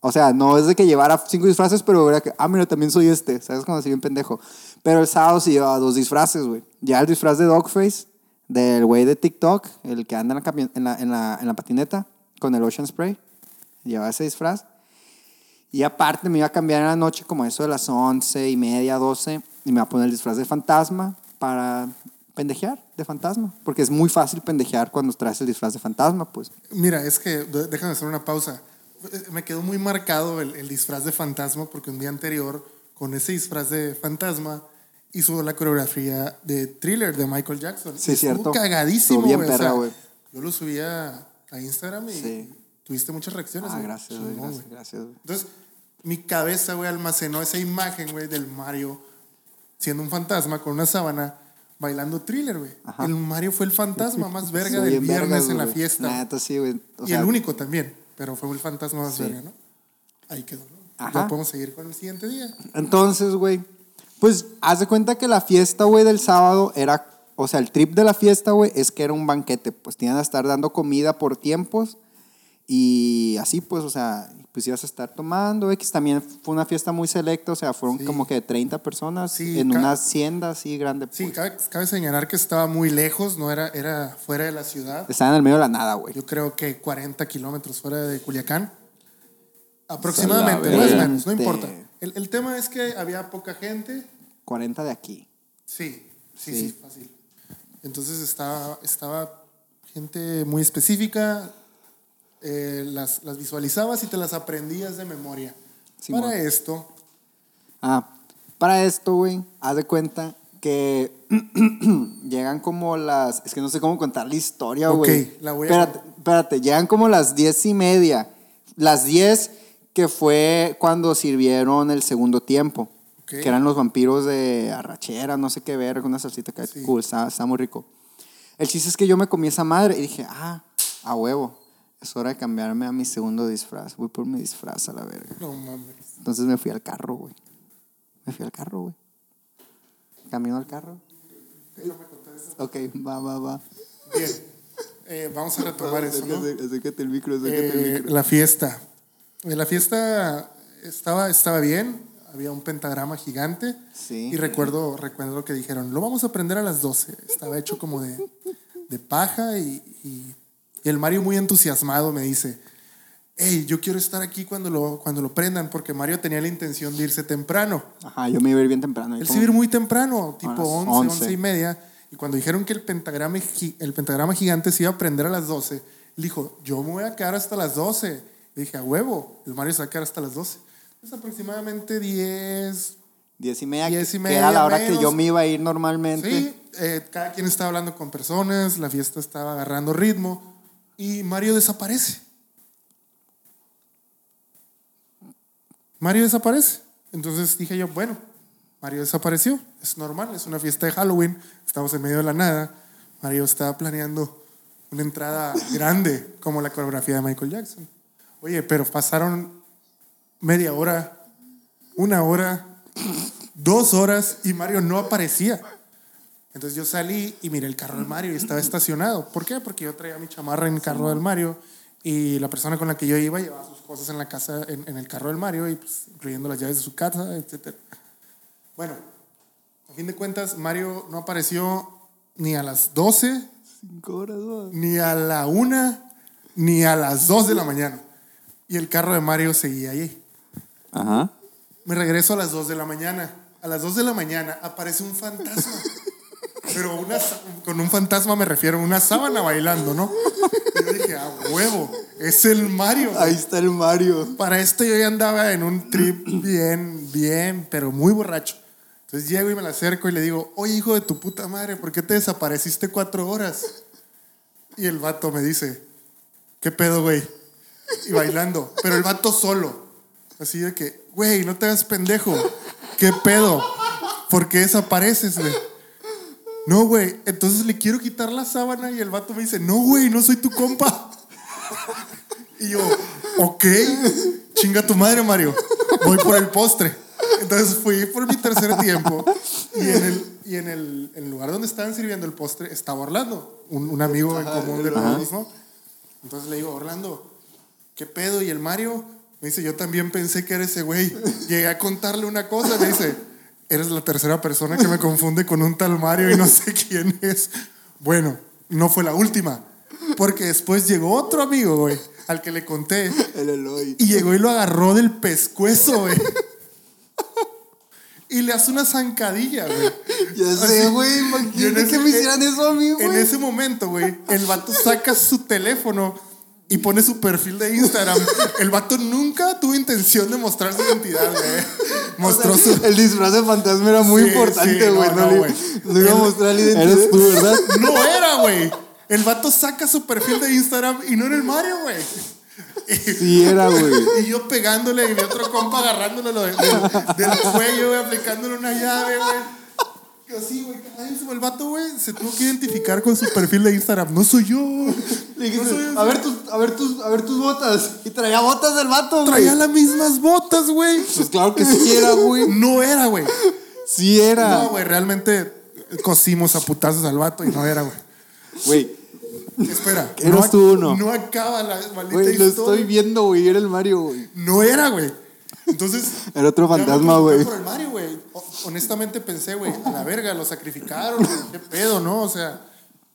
O sea, no es de que llevara cinco disfraces, pero era que, ah, mira, también soy este, ¿sabes? Cuando soy un pendejo. Pero el sábado sí llevaba dos disfraces, güey. Ya el disfraz de Dogface, del güey de TikTok, el que anda en la, cami- en la- en la- en la patineta con el Ocean Spray. Llevaba ese disfraz. Y aparte me iba a cambiar en la noche como eso de las once y media, doce, y me iba a poner el disfraz de fantasma para pendejear de fantasma. Porque es muy fácil pendejear cuando traes el disfraz de fantasma, pues.
Mira, es que, de- déjame hacer una pausa. Eh, Me quedó muy marcado el, el disfraz de fantasma porque un día anterior, con ese disfraz de fantasma, hizo la coreografía de Thriller de Michael Jackson.
Sí,
Y estuvo
cierto.
cagadísimo,
Estuvo bien
güey, o sea,
perra, güey.
yo lo subí a, a Instagram y
Sí.
tuviste muchas reacciones.
Ah,
güey.
gracias,
Chingón,
güey,
güey.
gracias, gracias. güey.
Entonces, mi cabeza, güey, almacenó esa imagen, güey, del Mario siendo un fantasma con una sábana bailando thriller, güey.
Ajá.
El Mario fue el fantasma más verga
Estuvo
del
bien vergas,
viernes en la
güey.
fiesta.
Neta, sí, güey. O
y
sea,
el único también, pero fue el fantasma más
Sí.
verga, ¿no? Ahí quedó, ¿no?
Ajá.
Ya podemos seguir con el siguiente día.
Entonces, güey, pues haz de cuenta que la fiesta, güey, del sábado era, o sea, el trip de la fiesta, güey, es que era un banquete, pues te iban a estar dando comida por tiempos y así, pues, o sea, pues ibas a estar tomando, X, también fue una fiesta muy selecta, o sea, fueron
Sí.
como que 30 personas
Sí,
en
ca-
una hacienda así grande,
Sí,
pues.
cabe, cabe señalar que estaba muy lejos, no era, era fuera de la ciudad.
Estaban en el medio de la nada, güey.
Yo creo que 40 kilómetros fuera de Culiacán. Aproximadamente,
verga.
más o menos, no
Este-
importa. El, el tema es que había poca gente.
40 de aquí.
Sí, sí,
Sí.
sí, fácil. Entonces estaba, estaba gente muy específica, eh, las, las visualizabas y te las aprendías de memoria.
Simón.
Para esto,
Ah, para esto, güey, haz de cuenta que llegan como las. Es que no sé cómo contar la historia,
Ok,
güey.
la voy a-
Espérate, espérate, llegan como las diez y media. Las diez que fue cuando sirvieron el segundo tiempo.
Ok.
Que eran los vampiros de arrachera, no sé qué ver, con una salsita que
Sí.
cool, está, está muy rico. El chiste es que yo me comí esa madre y dije, ah, a huevo, es hora de cambiarme a mi segundo disfraz. Voy por mi disfraz a la verga.
no mames.
Entonces me fui al carro, güey. Me fui al carro, güey. Camino al carro. Ok, va, va, va.
Bien, eh, vamos a retomar eso, ¿no?
Acércate el micro,
Eh, la fiesta. Eh, La fiesta estaba, estaba bien, había un pentagrama gigante.
Sí.
Y recuerdo, recuerdo que dijeron, lo vamos a prender a las 12. Estaba hecho como de, de paja y, y- y el Mario muy entusiasmado me dice, hey, yo quiero estar aquí cuando lo, cuando lo prendan, porque Mario tenía la intención de irse temprano.
Ajá, yo me iba a ir bien temprano.
Él
El
se iba a ir muy temprano,
A
tipo
las
11, 11,
11.
y media. Y cuando dijeron que el pentagrama, gi- el pentagrama gigante se iba a prender a las 12, él dijo, yo me voy a quedar hasta las 12. Y dije, a huevo, el Mario se va a quedar hasta las 12. Es aproximadamente 10.
Diez y media.
Diez y
que
media,
era la hora que
menos.
yo me iba a ir normalmente.
Sí, eh, cada quien estaba hablando con personas, la fiesta estaba agarrando ritmo y Mario desaparece. Mario desaparece. Entonces dije yo, bueno, Mario desapareció. Es normal, es una fiesta de Halloween. Estamos en medio de la nada. Mario está planeando una entrada grande como la coreografía de Michael Jackson. Oye, pero pasaron media hora, una hora, dos horas y Mario no aparecía. Entonces yo salí y miré el carro del Mario y estaba estacionado. ¿Por qué? Porque yo traía mi chamarra en el carro del Mario y la persona con la que yo iba llevaba sus cosas en la casa, en, en el carro del Mario, y pues, incluyendo las llaves de su casa, etc. Bueno, a fin de cuentas, Mario no apareció ni a las 12,
Cinco horas, güey.
ni a la 1, ni a las 2 de la mañana. Y el carro de Mario seguía ahí.
Ajá.
Me regreso a las 2 de la mañana. A las 2 de la mañana aparece un fantasma. Pero una, sa- con un fantasma me refiero a una sábana bailando, ¿no? Y yo dije, a huevo, es el Mario.
Ahí está el Mario.
Para esto yo ya andaba en un trip bien, bien, pero muy borracho. Entonces llego y me la acerco y le digo, oye hijo de tu puta madre, ¿por qué te desapareciste cuatro horas? Y el vato me dice, ¿qué pedo, güey? Y bailando, pero el vato solo. Así de que, güey, no te hagas pendejo. ¿Qué pedo? ¿Por qué desapareces, güey? No, güey, entonces le quiero quitar la sábana y el vato me dice, no, güey, no soy tu compa. Y yo, ok, chinga tu madre, Mario. Voy por el postre. Entonces fui por mi tercer tiempo y en el, y en el, en el lugar donde estaban sirviendo el postre estaba Orlando, un, un amigo en común de lo mismo. Entonces le digo, Orlando, ¿qué pedo? Y el Mario me dice, yo también pensé que era ese güey. Llegué a contarle una cosa, me dice, eres la tercera persona que me confunde con un tal Mario y no sé quién es. Bueno, no fue la última, porque después llegó otro amigo, güey, al que le conté,
El Eloy.
y llegó y lo agarró del pescuezo, güey. Y le hace una zancadilla, güey.
Ya sé,
Así.
güey.
Y en
Imagínate
ese-
que me hicieran
en-
eso a mí,
En
güey.
ese momento, güey, el vato saca su teléfono y pone su perfil de Instagram. El vato nunca tuvo intención de mostrar su identidad, güey. Mostró
O sea,
su.
El disfraz de fantasma era muy
Sí,
importante,
sí,
güey.
no,
no,
no,
le-
güey.
no iba a mostrar la identidad.
Eres tú, ¿verdad?
No era, güey. El vato saca su perfil de Instagram y no era el Mario, güey.
Sí, era, güey.
Y yo pegándole y mi otro compa agarrándole lo de- del, del cuello, güey, aplicándole una llave, güey. Y Así, güey, cagadísimo. el vato, güey, se tuvo que identificar con su perfil de Instagram. No soy yo.
Le dijiste,
No soy
a, ver tus, a, ver tus, a ver tus botas. Y traía botas del vato, güey.
Traía las mismas botas, güey.
Pues claro que sí era, güey.
No era, güey.
Sí
No,
era.
güey, realmente cosimos a putazos al vato y no era, güey.
Güey,
Espera.
Eras
no ac-
tú uno.
No acaba la maldita
Güey, lo
historia.
estoy viendo, güey. Era el Mario, güey.
No era, güey. Entonces.
Era otro
ya me
fantasma,
preocupé
güey.
Por el Mario, güey. O- Honestamente pensé, güey, a la verga, lo sacrificaron, güey. ¿Qué pedo, no? O sea,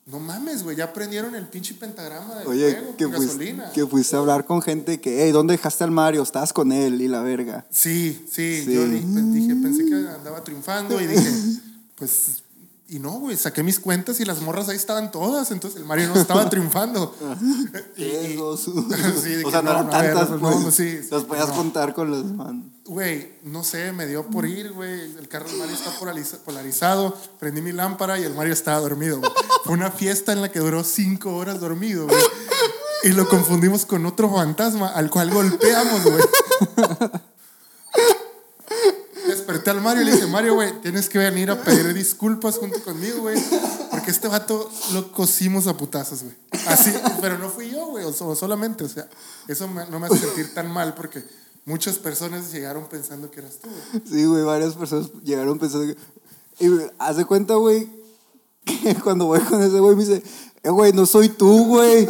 no mames, güey. Ya prendieron el pinche pentagrama del
Oye, pues,
juego
que
con
fuiste,
gasolina.
que fuiste a hablar con gente que, hey, ¿dónde dejaste al Mario? Estabas con él y la verga.
Sí, sí,
Sí.
Yo di- pues, dije, pensé que andaba triunfando y dije, pues. Y no, güey, saqué mis cuentas y las morras ahí estaban todas, entonces el Mario no estaba triunfando. Y- y-
Esos.
Sí, de
o
que
sea, no,
no,
eran
no,
tantas,
eran-
pues.
no, sí, sí,
Las podías
no.
contar con las manos.
Güey, no sé, me dio por ir, güey. El carro del Mario está polariza- polarizado. Prendí mi lámpara y el Mario estaba dormido, güey. Fue una fiesta en la que duró cinco horas dormido, güey. Y lo confundimos con otro fantasma al cual golpeamos, güey. Desperté al Mario y le dije, Mario, güey, tienes que venir a pedir disculpas junto conmigo, güey. Porque este vato lo cosimos a putazos, güey. Así, pero no fui yo, güey, o so- solamente, o sea, eso me- no me hace sentir tan mal porque muchas personas llegaron pensando que eras tú. güey.
Sí, güey, varias personas llegaron pensando que... Y güey, haz de cuenta, güey, que cuando voy con ese güey me dice, eh, güey, no soy tú, güey.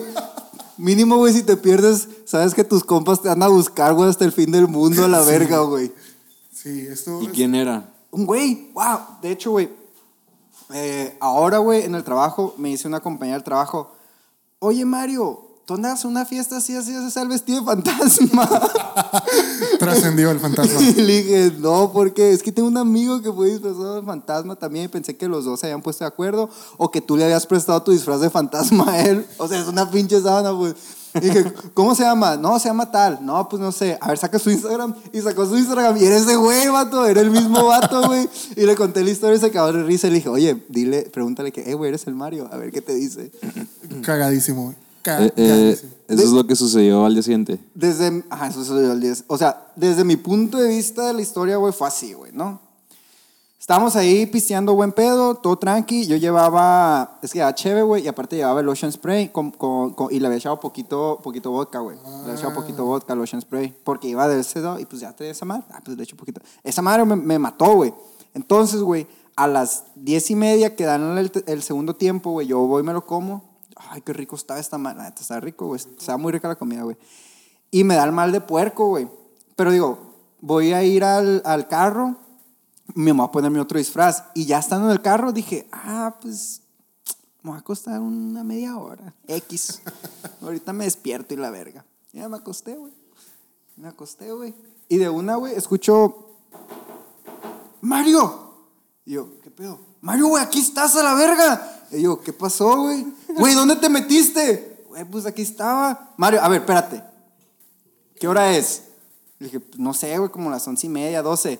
Mínimo, güey, si te pierdes, sabes que tus compas te van a buscar, güey, hasta el fin del mundo a la verga, güey.
Sí, esto
¿y quién era?
Un güey, wow. De hecho, güey, eh, ahora, güey, en el trabajo, me dice una compañera del trabajo, oye, Mario, tú andas a una fiesta así, así, así, al vestido de fantasma.
trascendió el fantasma.
Y le dije, no, porque es que tengo un amigo que fue disfrazado de fantasma también y pensé que los dos se habían puesto de acuerdo o que tú le habías prestado tu disfraz de fantasma a él. O sea, es una pinche sábana, pues. Y dije, ¿cómo se llama? No, se llama tal. No, pues no sé. A ver, saca su Instagram. Y sacó su Instagram. Y era ese güey, vato. Era el mismo vato, güey. Y le conté la historia y se acabó de risa. Y le dije, oye, dile, pregúntale que, eh, güey, eres el Mario. A ver qué te dice.
Cagadísimo, güey.
Eh, eh,
Cagadísimo.
eso es lo que sucedió al día siguiente.
Desde, ajá, eso soy yo al 10. O sea, desde mi punto de vista de la historia, güey, fue así, güey, ¿no? Estábamos ahí pisteando buen pedo, todo tranqui. Yo llevaba, es que era chévere, güey, y aparte llevaba el lotion spray con- con- con- y le había echado poquito, poquito vodka, güey. Le había echado poquito vodka, lotion spray, porque iba del cedo y pues ya tenía esa madre. Ah, pues le echo poquito. Esa madre me, me mató, güey. Entonces, güey, a las diez y media que dan el, el segundo tiempo, güey, yo voy y me lo como. Ay, qué rico estaba esta madre. La neta, Estaba rico, güey. Estaba muy rica la comida, güey. Y me da el mal de puerco, güey. Pero digo, voy a ir al, al carro, mi mamá va a ponerme otro disfraz. Y ya estando en el carro dije, ah, pues me va a costar una media hora. X. Ahorita me despierto y la verga. Ya me acosté, güey. Me acosté, güey. Y de una, güey, escucho, Mario. Y yo, ¿qué pedo? Mario, güey, aquí estás a la verga. Y yo, ¿qué pasó, güey? Güey, ¿dónde te metiste? Güey, pues aquí estaba. Mario, a ver, espérate. ¿Qué hora es? Le dije, "Pues, no sé, güey, como las once y media, doce.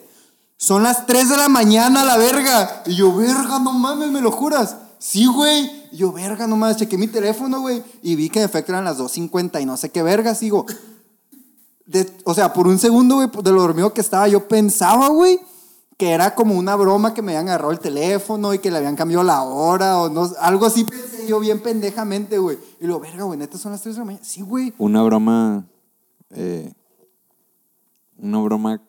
Son las tres de la mañana, la verga. Y yo, verga, no mames, me lo juras. Sí, güey. Y yo, verga, no mames, chequé mi teléfono, güey. Y vi que en efecto eran las 2.50 y no sé qué vergas. Digo, de- o sea, por un segundo, güey, de lo dormido que estaba, yo pensaba, güey, que era como una broma que me habían agarrado el teléfono y que le habían cambiado la hora o no, algo así pensé yo bien pendejamente, güey. Y lo, verga, güey, neta son las 3 de la mañana. Sí, güey.
Una broma. eh, una broma.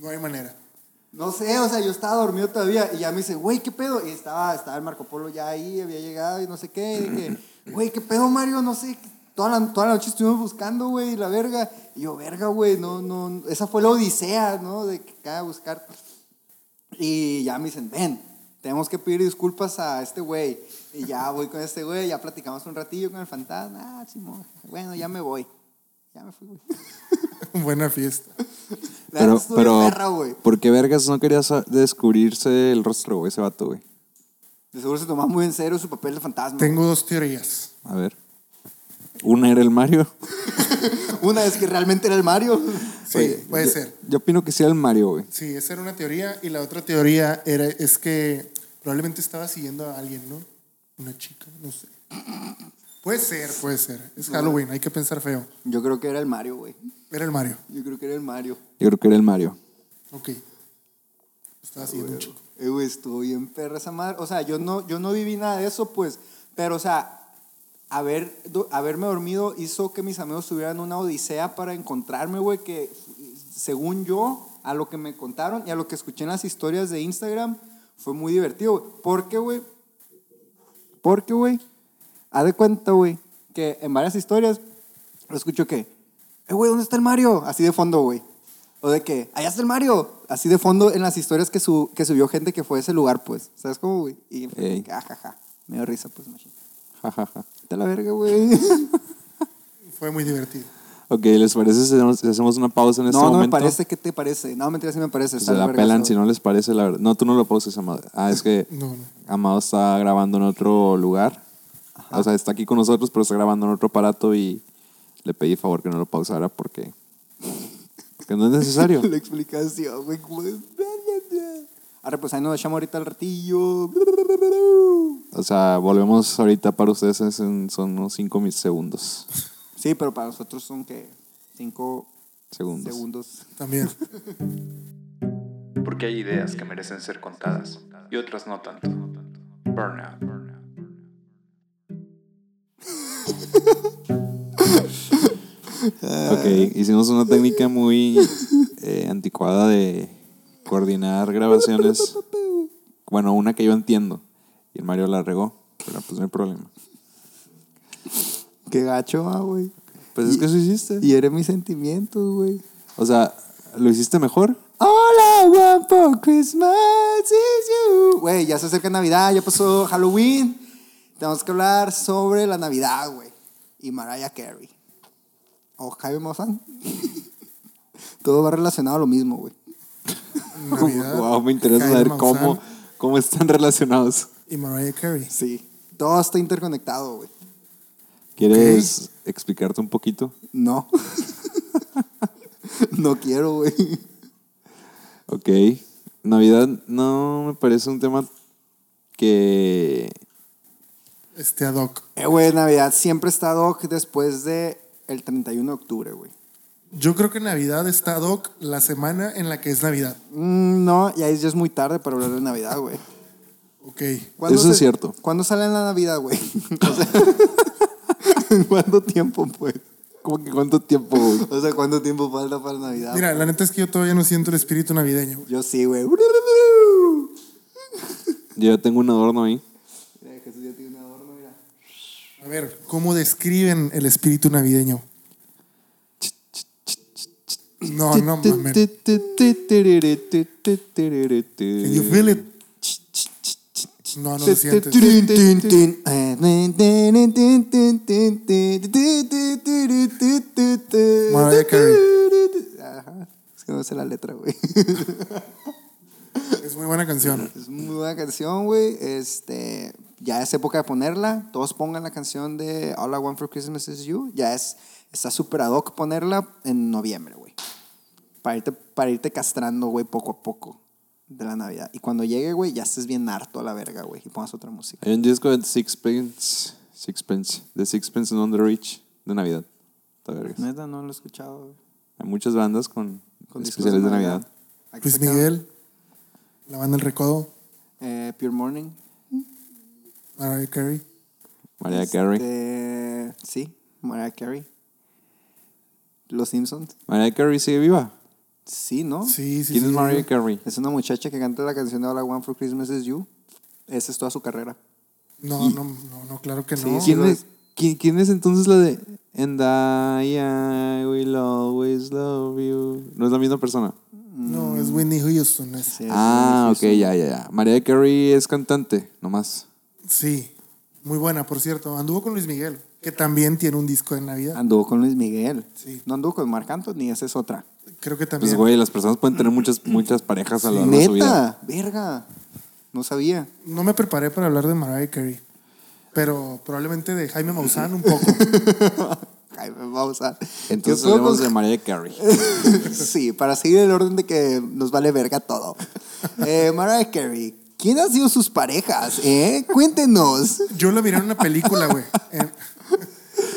No hay manera.
No sé, o sea, yo estaba dormido todavía y ya me dice, güey, ¿qué pedo? Y estaba, estaba el Marco Polo ya ahí, había llegado y no sé qué. Y que, güey, ¿qué pedo, Mario? No sé. Toda la, toda la noche estuvimos buscando, güey, la verga. Y yo, verga, güey, no, no. Esa fue la odisea, ¿no? De que cada buscar. Y ya me dicen, ven, tenemos que pedir disculpas a este güey. Y ya voy con este güey, ya platicamos un ratillo con el fantasma. Ah, Simón, bueno, ya me voy. Ya me fui, güey.
Buena fiesta.
La
Pero,
estuvo bien
pero,
perra, güey.
¿por qué vergas no quería sa- descubrirse el rostro, güey, ese vato, güey?
De seguro se tomaba muy en serio su papel de fantasma.
Tengo dos teorías.
A ver. Una era el Mario.
Una es que realmente era el Mario.
Sí,
Oye,
puede
yo-
ser.
Yo opino que sí era el Mario, güey.
Sí, esa era una teoría. Y la otra teoría era, es que probablemente estaba siguiendo a alguien, ¿no? Una chica, no sé. Puede ser, puede ser. Es Halloween, hay que pensar feo.
Yo creo que era el Mario, güey.
Era el Mario.
Yo creo que era el Mario.
Yo creo que era el Mario.
Ok.
Ah,
Estaba siguiendo un chico.
Eh, güey, estuvo bien perra esa madre. O sea, yo no, yo no viví nada de eso, pues. Pero, o sea, haber, do- haberme dormido hizo que mis amigos tuvieran una odisea para encontrarme, güey, que según yo, a lo que me contaron y a lo que escuché en las historias de Instagram, fue muy divertido, güey. ¿Por qué, güey? Porque, güey, haz de cuenta, güey, que en varias historias lo escucho que, eh, güey, ¿dónde está el Mario? Así de fondo, güey. O de que, allá está el Mario. Así de fondo en las historias que, su- que subió gente que fue a ese lugar, pues. ¿Sabes cómo, güey? Y fue
Ey.
como que, ah, ja, ja. Me dio risa, pues, imagínate.
Ja, ja, ja.
Vete a la verga, güey.
Fue muy divertido.
Ok, ¿les parece si hacemos- si hacemos una pausa en este
no, no
momento?
me parece. ¿Qué te parece? No, mentira, sí me parece.
Pues
está
se la
verga
pelan
todo.
si no les parece, la verdad. No, tú no lo pausas, Amado. Ah, es que
No, no.
Amado está grabando en otro lugar. O sea, está aquí con nosotros, pero está grabando en otro aparato y le pedí favor que no lo pausara porque, porque no es necesario.
La explicación, güey. como de- Arre, pues ahí nos echamos ahorita al ratillo.
O sea, volvemos ahorita para ustedes, es en- son unos 5 segundos.
Sí, pero para nosotros son, que Cinco
Segundos.
segundos.
También.
Porque hay ideas que merecen ser contadas y otras no tanto. Burnout. ok, hicimos una técnica muy eh, anticuada de coordinar grabaciones. Bueno, una que yo entiendo. Y el Mario la regó, pero pues no hay problema.
Qué gacho, ah, güey.
Pues es que eso hiciste.
Y eres mis sentimientos, güey.
O sea, ¿lo hiciste mejor?
All I want for Christmas is you. Güey, ya se acerca Navidad, ya pasó Halloween. Tenemos que hablar sobre la Navidad, güey. Y Mariah Carey. O Jaime Mozan. Todo va relacionado a lo mismo, güey.
Navidad,
wow, me interesa
Jaime
saber
Maussan
cómo, cómo están relacionados.
Y Mariah Carey.
Sí. Todo está interconectado, güey.
¿Quieres explicarte un poquito?
No. no quiero, güey.
Ok. Navidad no me parece un tema que...
Este ad hoc.
Eh, güey, Navidad siempre está ad hoc después de el 31 de octubre, güey.
Yo creo que Navidad está ad hoc la semana en la que es Navidad.
Mm, no, y ahí ya es muy tarde para hablar de Navidad, güey.
Ok.
¿Cuándo
Eso es cierto.
¿Cuándo sale en la Navidad, güey? O sea, ¿en ¿cuánto tiempo, pues?
¿Cómo que cuánto tiempo, güey?
O sea, ¿cuánto tiempo falta para Navidad?
Mira, la neta es que yo todavía no siento el espíritu navideño. güey.
Yo sí, güey.
Yo ya tengo un adorno ahí.
Mira, Jesús ya tiene un adorno, mira.
A ver, ¿cómo describen el espíritu navideño? No, no mames. Can you feel it? No, no lo sientes.
Tin, tin, tin. Eh, tin, tin, tin, tin, tin, tin, tin, tin, tin, tin, tin, tin.
Mariah Carey.
Ajá. Es que no sé la letra, güey.
Es muy buena canción.
Es muy buena canción, güey. Este, ya es época de ponerla. Todos pongan la canción de All I Want for Christmas is You. Ya es, está súper ad hoc ponerla en noviembre, güey. Para irte, para irte castrando, güey, poco a poco de la Navidad. Y cuando llegue, güey, ya estés bien harto a la verga, güey. Y pongas otra música.
Hay un disco de Sixpence, Sixpence, de Sixpence and on the Reach, de Navidad. Está vergas.
Neta, no lo he escuchado, güey.
Hay muchas bandas con,
Con discos
especiales de Navidad.
Hay que
Luis
sacar,
Miguel, la banda El Recodo,
eh, Pure Morning.
Mariah Carey.
Mariah Carey.
Este, sí, Mariah Carey. Los Simpsons.
Mariah Carey sigue viva.
Sí, ¿no?
Sí, sí,
¿Quién
sí.
es Mariah Carey?
Es una muchacha que canta la canción de All I Want for Christmas is You. Esa es toda su carrera.
No, no, no, no, claro que no.
¿Quién
lo
es,
es.
quién, quién es entonces la de And I, I will always love you? No es la misma persona.
No, es Whitney Houston. es-
Sí, es
ah,
muy
ok, ya, ya, ya. Mariah Carey es cantante, nomás.
Sí, muy buena, por cierto. Anduvo con Luis Miguel. que también tiene un disco de Navidad.
Anduvo con Luis Miguel.
Sí.
No anduvo con Marc Anthony, esa es otra.
Creo que también.
Pues, güey, las personas pueden tener muchas, muchas parejas a lo largo de su vida.
Neta, verga. No sabía.
No me preparé para hablar de Mariah Carey, pero probablemente de Jaime Maussan un poco.
Jaime Maussan.
Entonces
¿Qué pedo
hablemos
con-
de Mariah Carey.
sí, para seguir el orden de que nos vale verga todo. Eh, Mariah Carey, ¿quién han sido sus parejas? Eh? Cuéntenos.
Yo la miré en una película, güey. En-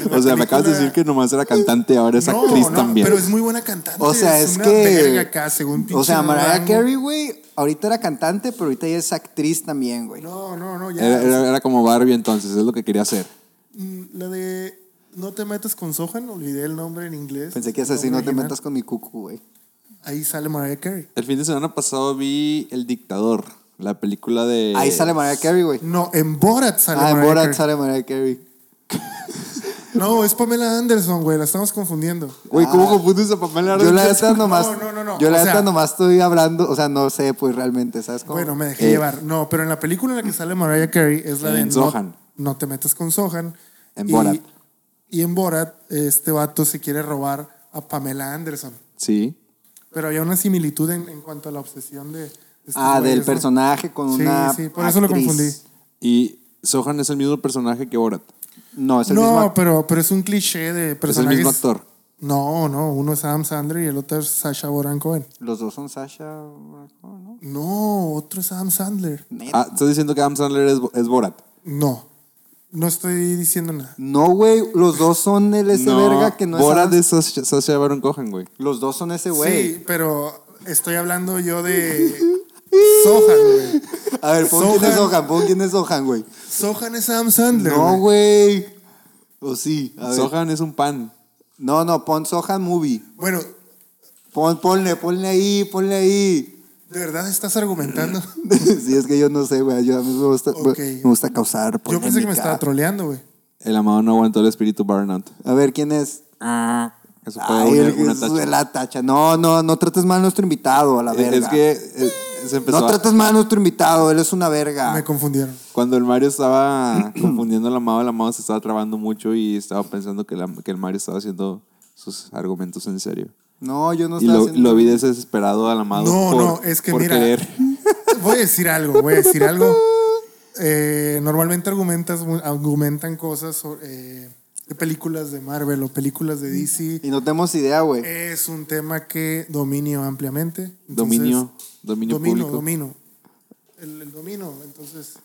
en la
O sea, me acabas de
película-
decir que nomás era cantante, ahora es actriz también.
Pero es muy buena cantante.
O sea, es,
una
que.
verga acá, según
o
pinche
sea, Mariah
rango.
Carey, güey, ahorita era cantante, pero ahorita ya es actriz también, güey.
No, no, no, ya.
Era, era- era como Barbie entonces, es lo que quería hacer.
Mm, La de No te metas con Sohan, olvidé el nombre en inglés.
Pensé que es así,
El
no
nombre
te
original.
metas con mi cucu, güey.
Ahí sale Mariah Carey.
El fin de semana pasado vi El Dictador, la película de...
Ahí sale Mariah Carey, güey.
No, en Borat sale
Ah, en
Mariah
Borat
Carey.
sale Mariah Carey.
No, es Pamela Anderson, güey, la estamos confundiendo.
Güey, ¿cómo confundes a Pamela
Ah. Yo la
Anderson?
neta nomás.
no, no, no,
Yo la
o
neta
sea-
nomás estoy hablando, o sea, no sé, pues realmente, ¿sabes cómo?
Bueno, me dejé
Eh.
llevar. No, pero en la película en la que sale Mariah Carey es la de
En
no,
Sohan.
no te metas con Sohan.
En
Y-
Borat.
Y en Borat, este vato se quiere robar a Pamela Anderson.
Sí.
Pero había una similitud en, en cuanto a la obsesión de. de estos
Ah, del
güeyes, ¿no?
personaje con
este Sí,
una.
sí, por eso lo
actriz.
confundí.
Y Sohan es el mismo personaje que Borat.
No, es el mismo.
No,
act-
pero, pero es un cliché de personajes.
mismo actor.
No, no, uno es Adam Sandler y el otro es Sasha Baron Cohen.
Los dos son Sasha. ¿no?
No, otro es Adam Sandler.
Neta.
Ah, ¿estás diciendo que Adam Sandler es, Bo- es Borat?
No, no estoy diciendo nada.
No, güey, los dos son el ese verga que no
Borat
es. Adam-
es Sasha, Sasha Baron Cohen, güey.
Los dos son ese güey.
Sí, pero estoy hablando yo de Sohan, güey.
A ver, pon quién es
Sohan.
Sohan, pon quién es Sohan, güey.
Sohan es Adam Sandler.
No,
güey.
güey. O sí. A ver.
Sohan es un pan.
No, no, pon Sohan Movie.
Bueno,
Pon, ponle, ponle ahí, ponle ahí.
de verdad estás argumentando.
sí, es que yo no sé, güey. Yo a mí me gusta,
Ok.
me gusta causar
Yo
polémica.
pensé que me estaba troleando, güey.
El amado no aguantó el espíritu burnout.
A ver, ¿quién es?
Ah, Eso fue
Ay,
una-
el-
una
es
tacha.
de la tacha. No, no, no trates mal a nuestro invitado, a la verga.
Es que eh, se empezó
No
a-
trates mal a nuestro invitado, él es una
Ah.
verga.
Me confundieron.
Cuando el Mario estaba confundiendo al amado, el amado se estaba trabando mucho y estaba pensando que, la- que el Mario estaba haciendo sus argumentos en serio.
No, yo no
y
estaba
lo,
haciendo-
lo vi desesperado al amado.
No,
Ah, por-
no, es que
por
mira.
querer.
Voy a decir algo, voy a decir algo. Eh, normalmente argumentas, argumentan cosas sobre, eh, de películas de Marvel o películas de DC.
Y no tenemos idea, güey.
Es un tema que dominio ampliamente. Entonces,
Dominio, dominio
domino,
público.
domino. El, el domino, entonces.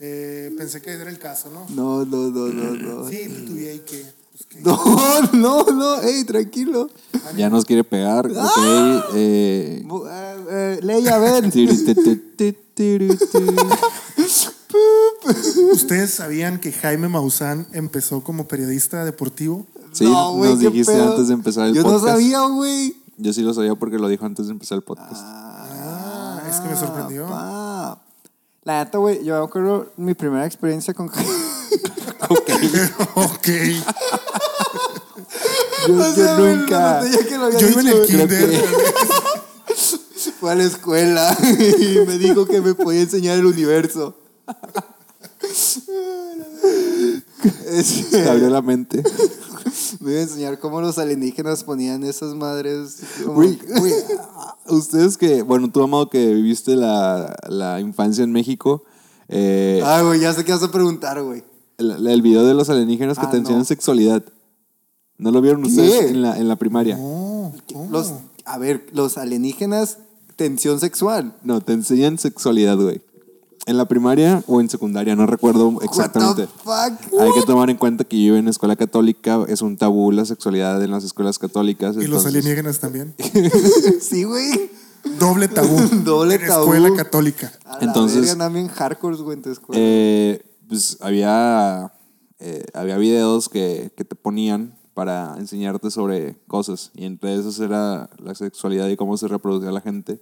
eh, pensé que era el caso, ¿no?
No, no, no, no, no.
Sí, pues, tuve ahí que. pues, que-
No, no, no, ey, tranquilo.
Ya nos quiere pegar. Ok.
¡Ah!
eh,
Bu- eh, eh, Leia, ven.
tiri, ti, ti, ti, tiri, ti.
Ustedes sabían que Jaime Maussan empezó como periodista deportivo.
Sí,
No, güey,
nos
qué
dijiste
pedo.
antes de empezar el
Yo
podcast.
no sabía, güey.
Yo sí lo sabía porque lo dijo antes de empezar el podcast.
Ah, es que me sorprendió.
Pa. ah. La neta, güey, yo me acuerdo mi primera experiencia con.
ok.
yo
O sea,
yo
güey,
nunca.
no
que lo había
Yo iba en el
dicho, güey.
kinder.
Fue a la escuela y me dijo que me podía enseñar el universo.
Te
Este,
abrió la mente.
me iba a enseñar cómo los alienígenas ponían esas madres. como-
Güey, güey,
ah.
ustedes que, bueno, tú amado que viviste la, la infancia en México, eh,
Ah, güey, ya sé qué vas a preguntar, güey.
el, el video de los alienígenas que
Ah,
te enseñan
no.
sexualidad. ¿No lo vieron ustedes en la, en la primaria?
¿Eh?
No.
No, ¿cómo?
Los, a ver, los alienígenas, tensión sexual.
te enseñan sexualidad, güey. En la primaria o en secundaria, no recuerdo exactamente.
What the fuck?
Hay que tomar en cuenta que yo en escuela católica es un tabú la sexualidad en las escuelas católicas.
Y los
entonces-
alienígenas también.
Sí, güey.
Doble tabú.
Doble
en
tabú.
Escuela católica.
A
Entonces-
la verga, andan bien hardcore, güey, en tu escuela.
Eh, pues había, eh, había videos que, que te ponían para enseñarte sobre cosas. Y entre esos era la sexualidad y cómo se reproducía la gente.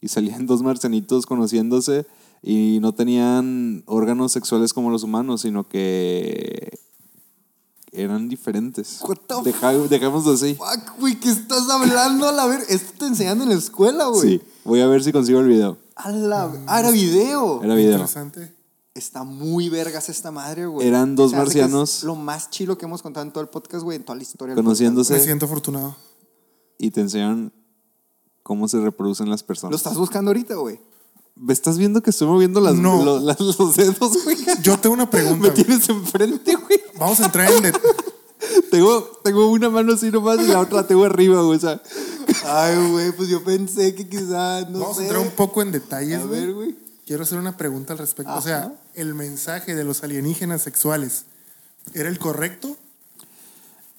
Y salían dos marcianitos conociéndose y no tenían órganos sexuales como los humanos, sino que eran diferentes.
What the
Deja- dejémoslo así.
Fuck, güey, ¿qué estás hablando? A la ver, esto te enseñan en la escuela, güey.
Sí, voey a ver si consigo el video.
A la... Ah, era video.
Era video.
Interesante.
está muy vergas esta madre, güey.
Eran dos
Se me hace que es
marcianos.
Lo más chilo que hemos contado en todo el podcast, güey, en toda la historia. del
Conociéndose.
Me siento afortunado.
y te enseñan cómo se reproducen las
podcast. Lo
personas.
estás buscando ahorita, güey.
¿Me estás viendo que estoy moviendo las,
No.
lo- las- los dedos, güey?
Yo tengo una pregunta.
Me
güey.
tienes enfrente, güey.
Vamos a entrar en det-
Tengo, tengo una mano así nomás y la otra la tengo arriba, güey. O sea,
Ay, güey, pues yo pensé que quizás, no
Vamos a
sé.
entrar un poco en
a
detalles,
ver,
güey.
güey.
Quiero hacer una pregunta al respecto. O sea, ¿el mensaje de los alienígenas sexuales era el correcto?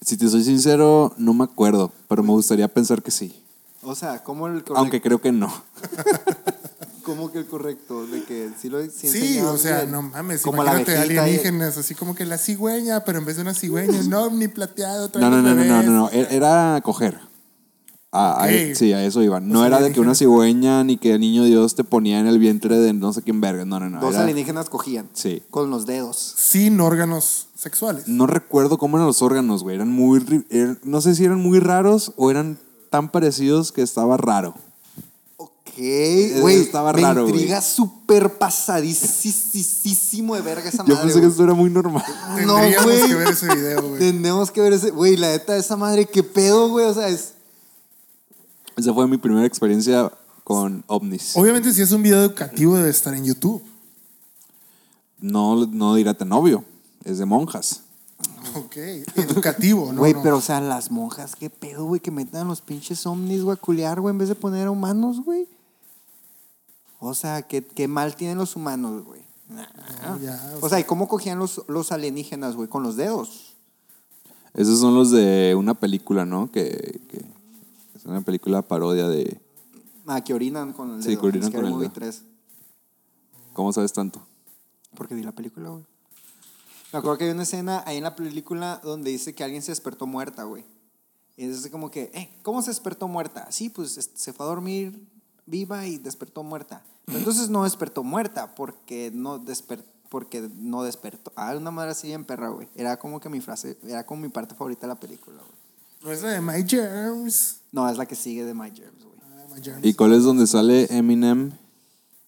si te soy sincero, no me acuerdo, pero me gustaría pensar que sí.
O sea, ¿cómo el correcto?
Aunque creo que no.
¿Cómo que el correcto? De que sí lo sí
Sí,
enseñaban
o sea,
bien.
no mames,
Como la
imagínate
abejita y-
alienígenas, así como que la cigüeña, pero en vez de una cigüeña, un ovni plateado,
No, no, no, no, no, no, no.
bebés.
Era- Era coger. A- a-
Ok.
sí, a eso iba. No
sea,
era de que una
alienígenas.
cigüeña ni que el niño Dios te ponía en el vientre de no sé quién verga. No, no, no.
Dos
era-
alienígenas cogían.
Sí.
Con los dedos.
Sin órganos sexuales.
No recuerdo cómo eran los órganos, güey. Eran muy. ri- er- no sé si eran muy raros o eran tan parecidos que estaba raro.
Ok, güey.
estaba
me
raro, güey.
intriga súper pasadísimo de verga esa
Yo
madre.
pensé que
güey.
esto era muy normal.
No,
Tendríamos
güey.
que ver ese video, güey.
Tenemos que ver ese. Güey, la neta de esa madre, qué pedo, güey. O sea, es.
Esa fue mi primera experiencia con ovnis.
Obviamente, si es un video educativo, debe estar en YouTube.
No, no dirá tan obvio. Es de monjas.
Ok, educativo, ¿no?
Güey,
no.
pero o sea, las monjas, qué pedo, güey, que metan los pinches ovnis, güey, a culiar, güey, en vez de poner a humanos, güey. O sea, qué, qué mal tienen los humanos, güey.
No, ya,
O sea, ¿y cómo cogían los, los alienígenas, güey? Con los dedos.
Esos son los de una película, ¿no? Que, que es una película parodia de
Ah, que orinan con el
Sí,
dedo.
que orinan
Es
con
hay
el
Movie
dedo.
3.
¿Cómo sabes tanto?
Porque vi la película, güey. Me acuerdo que hay una escena ahí en la película donde dice que alguien se despertó muerta, güey. Y es como que, eh, ¿cómo se despertó muerta? Sí, pues es- se fue a dormir viva y despertó muerta. Pero entonces no despertó muerta porque no despertó. Porque no despertó. Ah, una madre así en perra, güey. Era como que mi frase, era como mi parte favorita de la película, güey.
no es la de My Germs.
No, es la que sigue de My Germs, güey.
Ah, My Germs.
¿Y cuál es donde sale Eminem?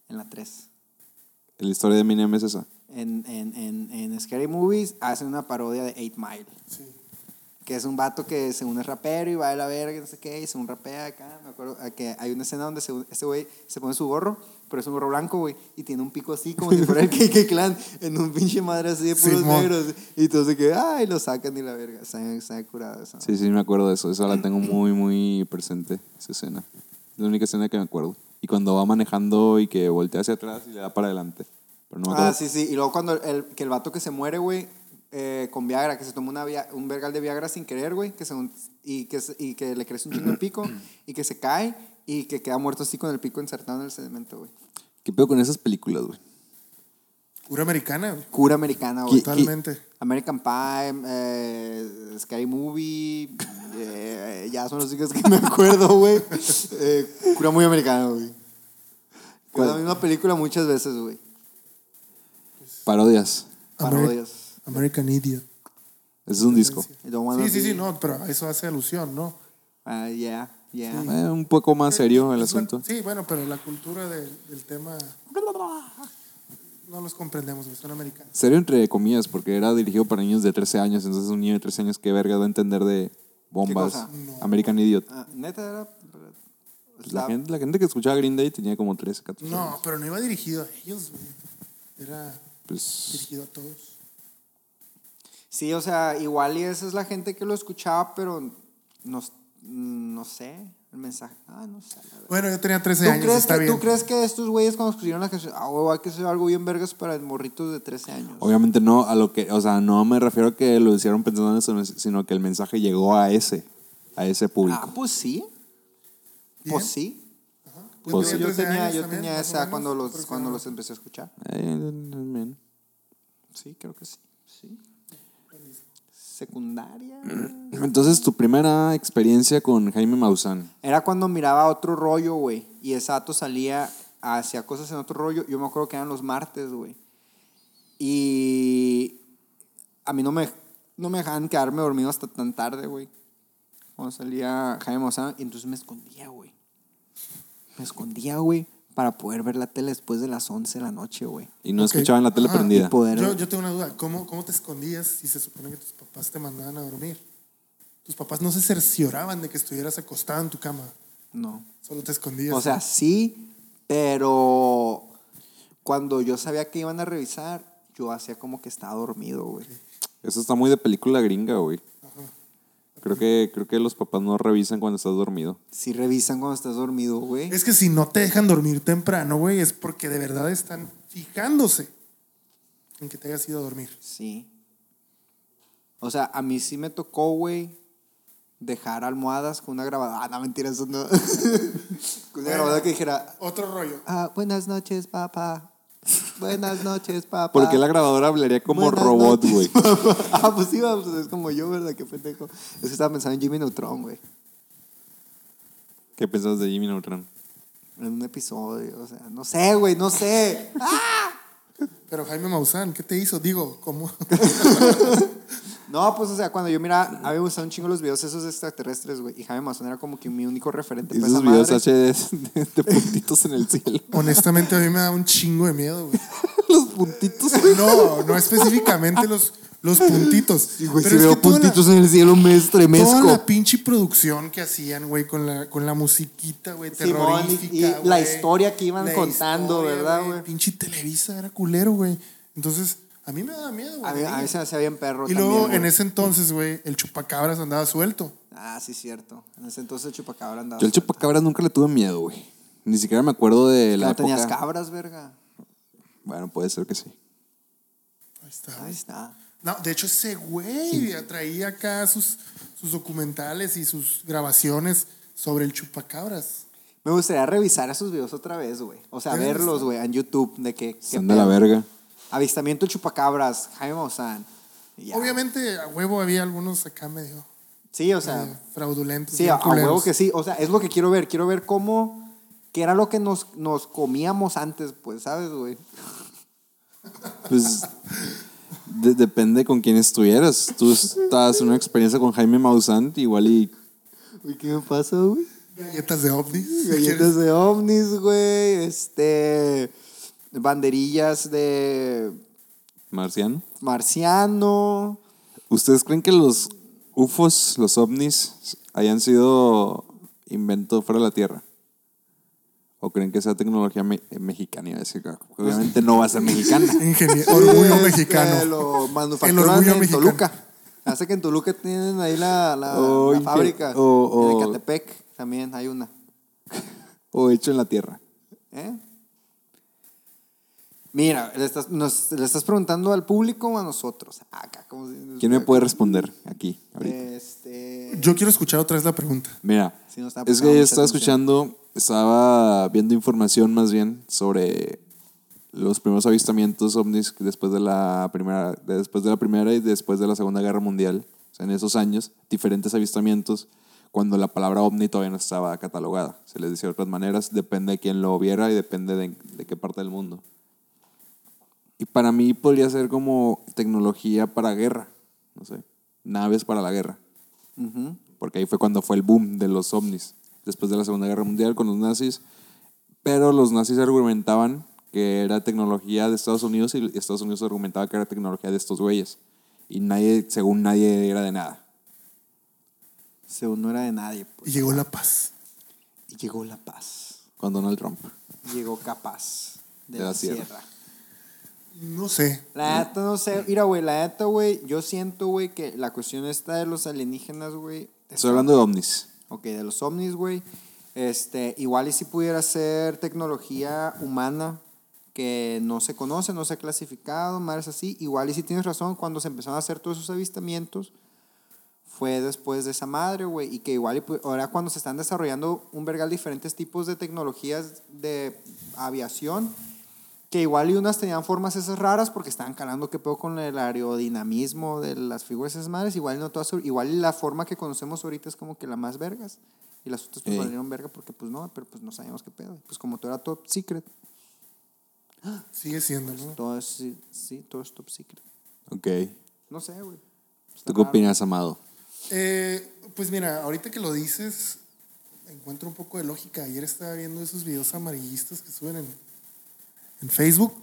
En la 3.
La historia de Eminem es esa.
en, en, en, en Scary Movies hacen una parodia de 8 Mile. Que es un vato que según es rapero y va de la verga, y no sé qué, y según rapea acá. Me acuerdo a que hay una escena donde según este güey se pone su gorro, pero es un gorro blanco, güey, y tiene un pico así como si fuera el KK Clan en un pinche madre así de puros
Simón.
negros. Y entonces que, ay, lo sacan y la verga. Se ha curado eso.
Sí, sí, me acuerdo de eso. Esa la tengo muy, muy presente, esa escena. Es la única escena que me acuerdo. Y cuando va manejando y que voltea hacia atrás y le da para adelante. Pero no me acuerdo.
Ah, sí, sí. Y luego cuando el, que el vato que se muere, güey, eh, con Viagra, que se toma una via- un vergal de Viagra sin querer, güey, que según- y, que, se- y que le crece un chingo de pico y que se cae y que queda muerto así con el pico insertado en el sedimento, güey.
¿Qué pedo con esas películas, güey?
Cura americana, güey.
Cura americana, güey.
¿Qué-
Totalmente.
American Pie, eh, Sky Movie, eh, ya son los chicos que me acuerdo, güey. Eh, cura muy americana, güey. Con la misma película muchas veces, güey.
Parodias.
Parodias.
American Idiot.
Ese es un disco.
Don't wanna
Sí, sí,
be-
sí, no, pero a eso hace alusión, ¿no?
Ah, yeah, yeah.
Eh, un poco más serio el
Es bueno,
asunto.
Sí, bueno, pero la cultura del, del tema no los comprendemos, güey, son americanos.
Serio entre comillas, porque era dirigido para niños de 13 años. Entonces un niño de 13 años, ¿qué verga va a entender de bombas?
cosa?
American Idiot.
Ah, Neta era.
Pues la, gente, la gente que escuchaba Green Day tenía como 13, 14 años.
No, pero no iba dirigido a ellos, güey. Era
Pues,
dirigido a todos.
Sí, o sea, igual y esa es la gente que lo escuchaba, pero no, no sé. El mensaje. Ah, no sé. la verdad.
Bueno, yo tenía 13
¿Tú
años,
crees,
está
que,
bien.
¿Tú crees que estos güeyes cuando escribieron la canción, ah, huevo, hay que hacer algo bien vergas para morritos de 13 años?
obviamente no a lo que, o sea, no me refiero a que lo hicieron pensando en eso, sino que el mensaje llegó a ese, a ese
Ah,
público.
pues sí.
Bien.
Pues sí.
Yo
Pues
Sí,
sí.
yo
13
tenía,
años
yo
también,
tenía
más o
esa
menos,
cuando los,
porque
cuando
no-
los empecé a escuchar.
Eh, man.
Sí, creo que sí. Sí. Secundaria.
Entonces, tu primera experiencia con Jaime Maussan.
Era cuando miraba otro rollo, güey. Y ese dato salía, hacía cosas en otro rollo. Yo me acuerdo que eran los martes, güey. Y a mí no me, no me dejaban quedarme dormido hasta tan tarde, güey. Cuando salía Jaime Maussan. Y entonces me escondía, güey. Me escondía, güey. para poder ver la tele después de las 11 de la noche, güey.
Y no
Ok. Ah,
escuchaban la tele
Ajá.
prendida.
Tipo- Poder-
Yo, yo tengo una duda. ¿Cómo, ¿Cómo te escondías si se supone que tus papás te mandaban a dormir? Tus papás no se cercioraban de que estuvieras acostado en tu cama.
No.
Solo te escondías.
O sea, sí, pero cuando yo sabía que iban a revisar, yo hacía como que estaba dormido, güey.
Eso está muy de película gringa, güey. Creo que, creo que los papás no revisan cuando estás dormido.
Sí revisan cuando estás dormido, güey.
Es que si no te dejan dormir temprano, güey, es porque de verdad están fijándose en que te hayas ido a dormir.
Sí. O sea, a mí sí me tocó, güey, dejar almohadas con una grabadora. Ah, no, mentira, eso no. con una grabadora que dijera,
Otro rollo.
ah, buenas noches, papá. Buenas noches, papá.
Porque la grabadora hablaría como
Ah. Buenas
robot,
noches,
güey.
papá. ah, pues sí, vamos, es como yo, ¿verdad? Qué pendejo. Es que estaba pensando en Jimmy Neutron, güey.
¿Qué pensabas de Jimmy Neutron?
En un episodio, o sea, no sé, güey, no sé.
Pero Jaime Maussan, ¿qué te hizo? Digo, ¿cómo?
No, pues, o sea, cuando yo miraba, a mí me gustaban un chingo los videos esos extraterrestres, güey. Y Jaime Mazón era como que mi único referente.
Y
para
esos
esa madre.
videos HD de, de puntitos en el cielo.
Honestamente, a mí me da un chingo de miedo, güey.
Los puntitos.
No, no específicamente los, los puntitos.
Güey,
Pero
si
es
veo
que toda la-
puntitos en el cielo, me
Toda
estremezco.
la pinche producción que hacían, güey, con la, con la musiquita, güey,
Simón, y-
terrorífica,
y la
güey.
historia que iban contando, ¿verdad, güey?
Pinche Televisa era culero, güey. Entonces, a mí me daba miedo, güey.
A mí, a mí se me hacía bien perro.
Y luego,
también,
en
güey.
ese entonces, güey, el chupacabras andaba suelto.
Ah, sí, cierto. En ese entonces el chupacabra andaba.
Yo al
suelto.
chupacabras nunca le tuve miedo, güey. Ni siquiera me acuerdo de la
No
época.
tenías cabras, verga.
Bueno, puede ser que sí.
Ahí está.
Ahí está.
No, de hecho, ese güey traía acá sus, sus documentales y sus grabaciones sobre el chupacabras.
Me gustaría revisar esos videos otra vez, güey. O sea,
¿Dónde
verlos,
están?
güey, en YouTube. De que. qué
Están de la
pedo.
verga.
Avistamiento de chupacabras, Jaime Maussan. Y ya.
Obviamente, a huevo había algunos acá medio
Sí, o sea.
eh, fraudulentos.
Ah. Sí,
bien
a, a
culeros.
huevo que sí. O sea, es lo que quiero ver. Quiero ver cómo. ¿Qué era lo que nos, nos comíamos antes, pues, sabes, güey?
Pues de- depende con quién estuvieras. Tú estás en una experiencia con Jaime Maussan, igual y
Uy, ¿qué me pasa, güey?
Galletas de ovnis.
Galletas de ovnis, güey. Este. Banderillas de
Marciano.
marciano.
¿Ustedes creen que los UFOs, los ovnis, hayan sido invento fuera de la Tierra? ¿O creen que sea tecnología me- eh, mexicana? Iba a decir, Obviamente no va a ser mexicana.
Ingenie- orgullo
Este,
mexicano.
Lo
El
manufacturan
orgullo
en
mexicano.
Toluca. Hace que en Toluca tienen ahí la, la- la
Oh, inge-
fábrica.
oh, oh.
En Ecatepec también hay una.
o hecho en la Tierra.
¿eh? Mira, le estás, nos- le estás preguntando al público o a nosotros. Acá, ¿cómo se dice?
¿Quién me puede responder aquí? ahorita?
Este,
Yo quiero escuchar otra vez la pregunta.
Mira,
Sí, no estaba
es
prestando
que
mucha
estaba
atención.
escuchando, estaba viendo información más bien sobre los primeros avistamientos ovnis después de la primera, después de la primera y después de la Segunda Guerra Mundial. O sea, en esos años, diferentes avistamientos cuando la palabra ovni todavía no estaba catalogada. Se les decía de otras maneras, depende de quién lo viera y depende de, de qué parte del mundo. Y para mí podría ser como tecnología para guerra, no sé, naves para la guerra
ujú.
porque ahí fue cuando fue el boom de los ovnis, después de la Segunda Guerra Mundial con los nazis, pero los nazis argumentaban que era tecnología de Estados Unidos y Estados Unidos argumentaba que era tecnología de estos güeyes, y nadie, según nadie, era de nada.
Según no era de nadie.
Y
pues.
llegó la paz.
Y llegó la paz.
Con Donald Trump.
Llegó capaz de,
De
la,
la
sierra.
sierra.
No sé.
La neta, no sé. Mira, güey, la neta, güey, yo siento, güey, que la cuestión esta de los alienígenas, güey. está-
Estoy hablando de ovnis.
Ok, de los ovnis, güey. Este, igual y si pudiera ser tecnología humana que no se conoce, no se ha clasificado, madres así. Igual y si tienes razón, cuando se empezaron a hacer todos esos avistamientos, fue después de esa madre, güey. Y que igual y pu- ahora cuando se están desarrollando un vergal diferentes tipos de tecnologías de aviación, que igual y unas tenían formas esas raras porque estaban calando qué pedo con el aerodinamismo de las figuras esas madres. Igual y no todas, sur- igual y la forma que conocemos ahorita es como que la más vergas. Y las otras pues
Ey.
valieron verga porque pues no, pero pues no sabíamos qué pedo. Pues como todo era top secret,
Sigue siendo, ¿no?
todo es, sí, sí, todo es top secret.
Ok.
No sé, güey. Está
¿Tú qué
raro.
opinas, Amado?
Eh, pues mira, ahorita que lo dices, encuentro un poco de lógica. Ayer estaba viendo esos videos amarillistas que suben en, en Facebook,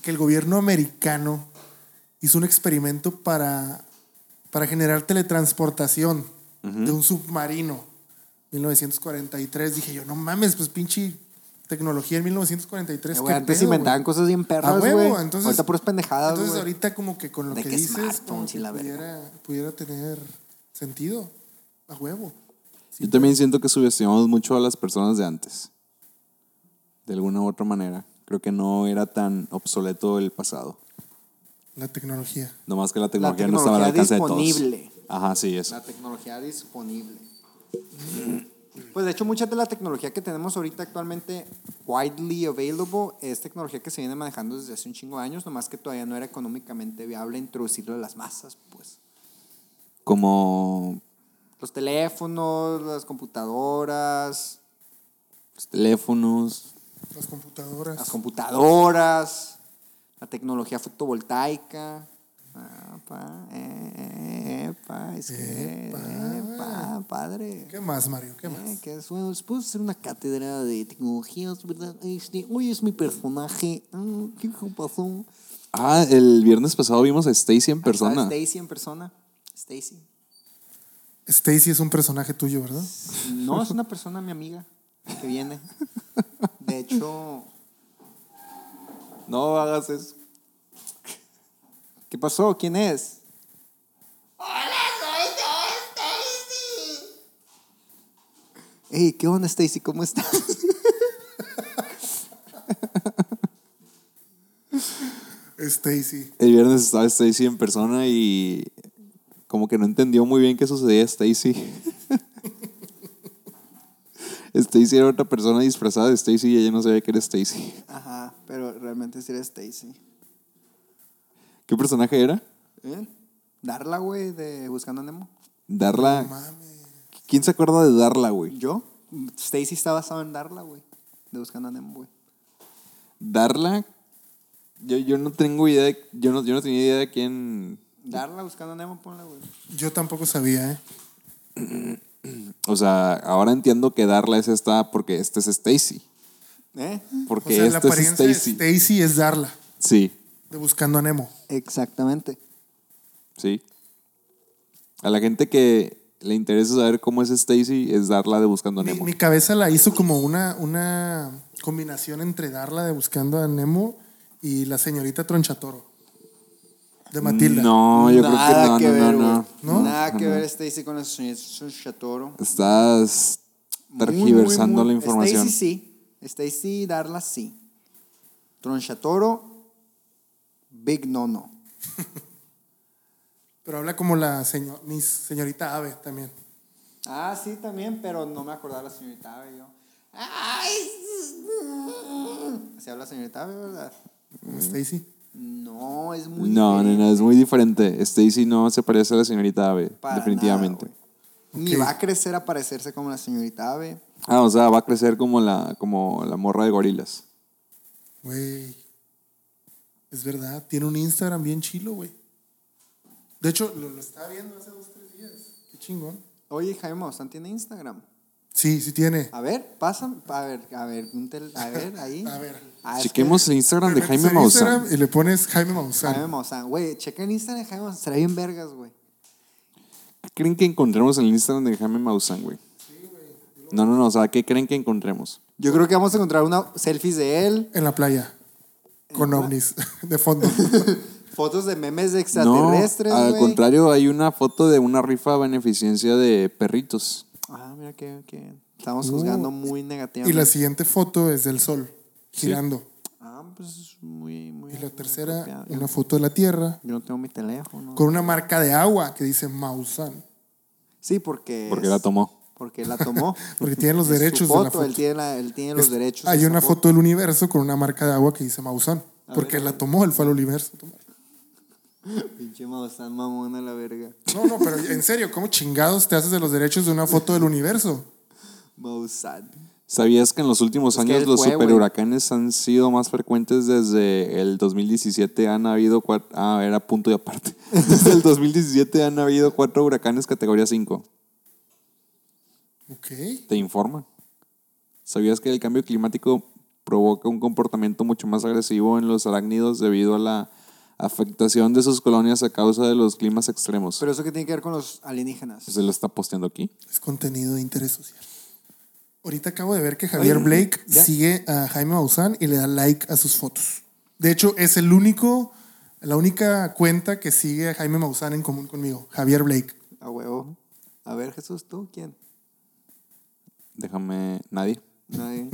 que el gobierno americano hizo un experimento para, para generar teletransportación de un submarino. 1943, dije yo, no mames, pues pinche tecnología en 1943.
Eh,
qué
güey, antes
pedo,
inventaban
güey.
cosas bien
A
perras,
huevo,
güey.
entonces-
Ahorita puras pendejadas,
Entonces
Ah, güey.
ahorita como que con lo
De
que,
que
dices como
smartphones y
que
la verga.
pudiera, pudiera tener sentido. A huevo.
Yo también siento que subestimamos mucho a las personas de antes. De alguna u otra manera. Creo que no era tan obsoleto el pasado.
La tecnología.
Nomás que la tecnología, no estaba al
tecnología
alcance de
disponible.
todos. Ajá, sí, eso.
La tecnología disponible. Pues de hecho, mucha de la tecnología que tenemos ahorita actualmente widely available es tecnología que se viene manejando desde hace un chingo de años, nomás que todavía no era económicamente viable introducirlo a las masas, pues.
Como
Los teléfonos, las computadoras,
los teléfonos.
Las computadoras.
las computadoras, la tecnología fotovoltaica. Ah, pa, eh, eh, pa, es que, eh, pa, padre.
¿Qué más, Mario? ¿Qué más?
Eh, que es, bueno, les puedo hacer una cátedra de tecnologías, ¿verdad? Este, hoy es mi personaje. Ah, ¿Qué hijo pasó?
Ah, el viernes pasado vimos a Stacy en
Ah,
persona.
Stacy en persona. Stacy.
Stacy es un personaje tuyo, ¿verdad?
No, es una persona, mi amiga, que viene. De hecho,
No hagas eso.
¿qué pasó? ¿Quién es? Hola, soy yo, Stacy. Hey, ¿qué onda, Stacy? ¿Cómo estás?
Stacy.
El viernes estaba Stacy en persona y como que no entendió muy bien qué sucedía Stacy. Stacy era otra persona disfrazada de Stacy y ella no sabía que era Stacy.
Ajá, pero realmente sí era Stacy.
¿Qué personaje era?
¿Eh? Darla, güey, de Buscando a Nemo.
Darla.
Mami.
¿Quién se acuerda de Darla, güey?
¿Yo? Stacy está basado en Darla, güey. De Buscando a Nemo, güey.
Darla. Yo, yo no tengo idea. de- yo, no, yo no tenía idea de quién.
Darla, Buscando a Nemo, ponla, güey.
Yo tampoco sabía, ¿eh?
O sea, ahora entiendo que Darla es esta porque esta es Stacy.
¿Eh?
O
Porque
sea, la
esta es
apariencia de
Stacy.
Stacy es Darla,
Sí,
de Buscando a Nemo.
Exactamente.
sí. A la gente que le interesa saber cómo es Stacy es Darla de Buscando a
Mi,
Nemo.
mi cabeza la hizo como una, una combinación entre Darla de Buscando a Nemo y la señorita Tronchatoro. De Matilda.
No, yo creo que no, no, no, no.
güey. Nada que ver Stacy con los Shatoro.
Estás tergiversando la información.
Stacy sí. Stacy Darla sí. Tronchatoro, Big Nono.
Pero habla como la señor, mi señorita Ave también.
Ah, sí, también, pero no me acordaba la señorita Ave, yo. ¡Ay! Así habla la señorita Ave, ¿verdad?
como Stacy.
No, es muy
No, no,
diferente.
no, es muy diferente. Stacy no se parece a la señorita Ave,
Para
definitivamente.
nada, güey. Ni
Ok.
va a crecer a parecerse como la señorita Ave.
Ah, o sea, va a crecer como la, como la morra de gorilas.
Güey. Es verdad. Tiene un Instagram bien chilo, güey. De hecho, lo, lo estaba viendo hace dos, tres días. Qué chingón.
Oye, Jaime Maussan tiene Instagram.
Sí, sí tiene.
A ver, pasa. A ver, a ver, un tel- a ver, ahí.
A ver.
Ah, es
Chequemos el Instagram de
Metes
Jaime
en
Maussan.
Instagram Y le pones Jaime
que Jaime
Maussan.
Maussan. Güey, checa el Instagram de Jaime Maussan. Será bien vergas, güey.
¿Qué creen que encontremos en el Instagram de Jaime Maussan, güey? No, no, no, o sea, ¿qué creen que encontremos?
Yo creo que vamos a encontrar una selfies de él,
En la playa. Con ovnis. De fondo.
fotos de memes de
No,
extraterrestres,
al
güey.
contrario, hay una foto de una rifa a beneficencia de perritos.
Ah, mira que, que estamos juzgando muy
y la
negativamente.
siguiente foto es del sol. Girando.
Ah, pues es muy, muy.
Y la
Ah,
muy
tercera,
apropiado. yo,
una foto de la tierra.
yo no tengo mi teléfono.
Con una marca de agua que dice Maussan.
Sí, porque.
Porque
es-
la tomó.
Porque la tomó.
Porque tienen los
Es su
derechos de la
foto,
foto.
Él tiene, la- él tiene los
Es-
derechos.
Hay
de esa
una foto del universo con una marca de agua que dice Maussan.
A
Porque
ver, a
la tomó, él fue al universo. a tomar.
Pinche Maussan mamón a la verga.
No, no, pero en serio, ¿cómo chingados te haces de los derechos de una foto del universo?
Maussan.
¿Sabías que en los últimos
Es que
años
él
los
fue, güey.
superhuracanes han sido más frecuentes desde el 2017? Han habido cuatro... Ah, era punto y aparte. Desde el 2017 han habido cuatro huracanes categoría 5.
Ok.
te informan. ¿Sabías que el cambio climático provoca un comportamiento mucho más agresivo en los arácnidos debido a la afectación de sus colonias a causa de los climas extremos?
Pero eso que tiene que ver con los alienígenas.
se lo está posteando aquí.
Es contenido de interés social. Ahorita acabo de ver que Javier Blake
ya-
sigue a Jaime Maussan y le da like a sus fotos. De hecho, es el único, la única cuenta que sigue a Jaime Maussan en común conmigo, Javier Blake.
A huevo. A ver, Jesús, ¿tú quién?
Déjame. ¿Nadie?
Nadie.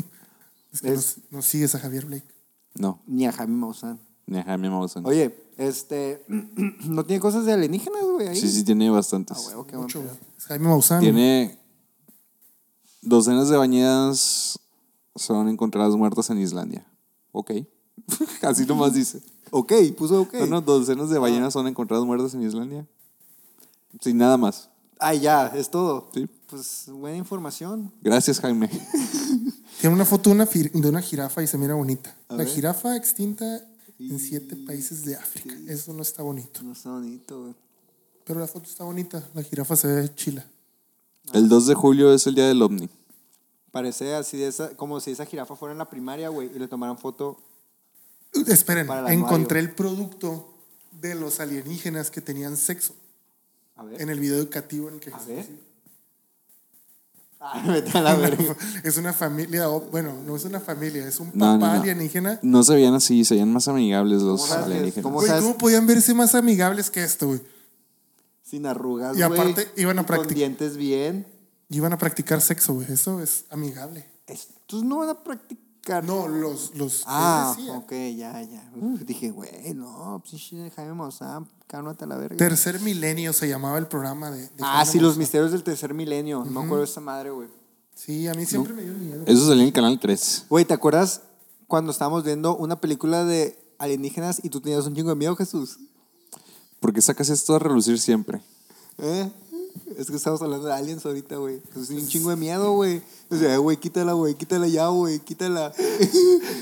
Es que
Es-
no, no sigues a Javier Blake.
No.
Ni a Jaime Maussan.
Ni a Jaime Maussan.
Oye, este. ¿No tiene cosas de alienígenas, güey? Ahí. Ah,
Sí, sí, tiene
A
bastantes.
huevo, qué buen
Mucho.
pedo.
Es Jaime Maussan.
tiene. Docenas de bañedas son encontradas muertas en Islandia. Ok. Así nomás dice.
Ok, puso ok. Ah.
No, no, docenas de ballenas son encontradas muertas en Islandia. Sin nada más.
Ah, ya, es todo.
Sí.
Pues buena información.
Gracias, Jaime.
Tiene una foto de una, fir- de una jirafa y se mira bonita. la
ver.
jirafa extinta en siete países de África. Eso no está bonito.
No está bonito, güey.
Pero la foto está bonita. La jirafa se ve chila.
El 2 de julio es el día del ovni.
Parece así de esa, como si esa jirafa fuera en la primaria, güey, y le tomaran foto.
Uh, Esperen,
Para el armario.
encontré el producto de los alienígenas que tenían sexo
A ver.
en el video educativo en el que
A ver. Ah, vete a la verga.
es una familia, o- bueno, no es una familia, es un papá
No, no, no.
alienígena.
No se veían así, se veían más amigables los
sabes que-
alienígenas.
cómo- O
Güey,
sea, es-
¿cómo podían verse más amigables que esto, güey?
Sin arrugas,
Y
güey.
aparte iban a
y Con
practic-
dientes bien.
Iban a practicar sexo, güey. Eso es amigable.
Estos pues, no van a practicar.
No, los, los
Ah,
¿qué decía? Mm.
ok, ya, ya. Uf, dije, güey, no, pinche Jaime Maussan, cálmate a la verga.
Tercer Milenio se llamaba el programa de. de
ah,
Jaime
sí, los
Maussan.
misterios del tercer milenio. No me acuerdo de esa madre, güey.
Sí, a mí siempre me dio miedo.
Eso salió en el canal 3.
Güey, ¿te acuerdas cuando estábamos viendo una película de alienígenas y tú tenías un chingo de miedo, Jesús?
Porque sacas esto a relucir siempre.
¿Eh? Es que estamos hablando de aliens ahorita, güey. Jesús tiene un chingo de miedo, güey. O sea, güey, quítala, güey, quítala ya, güey, quítala.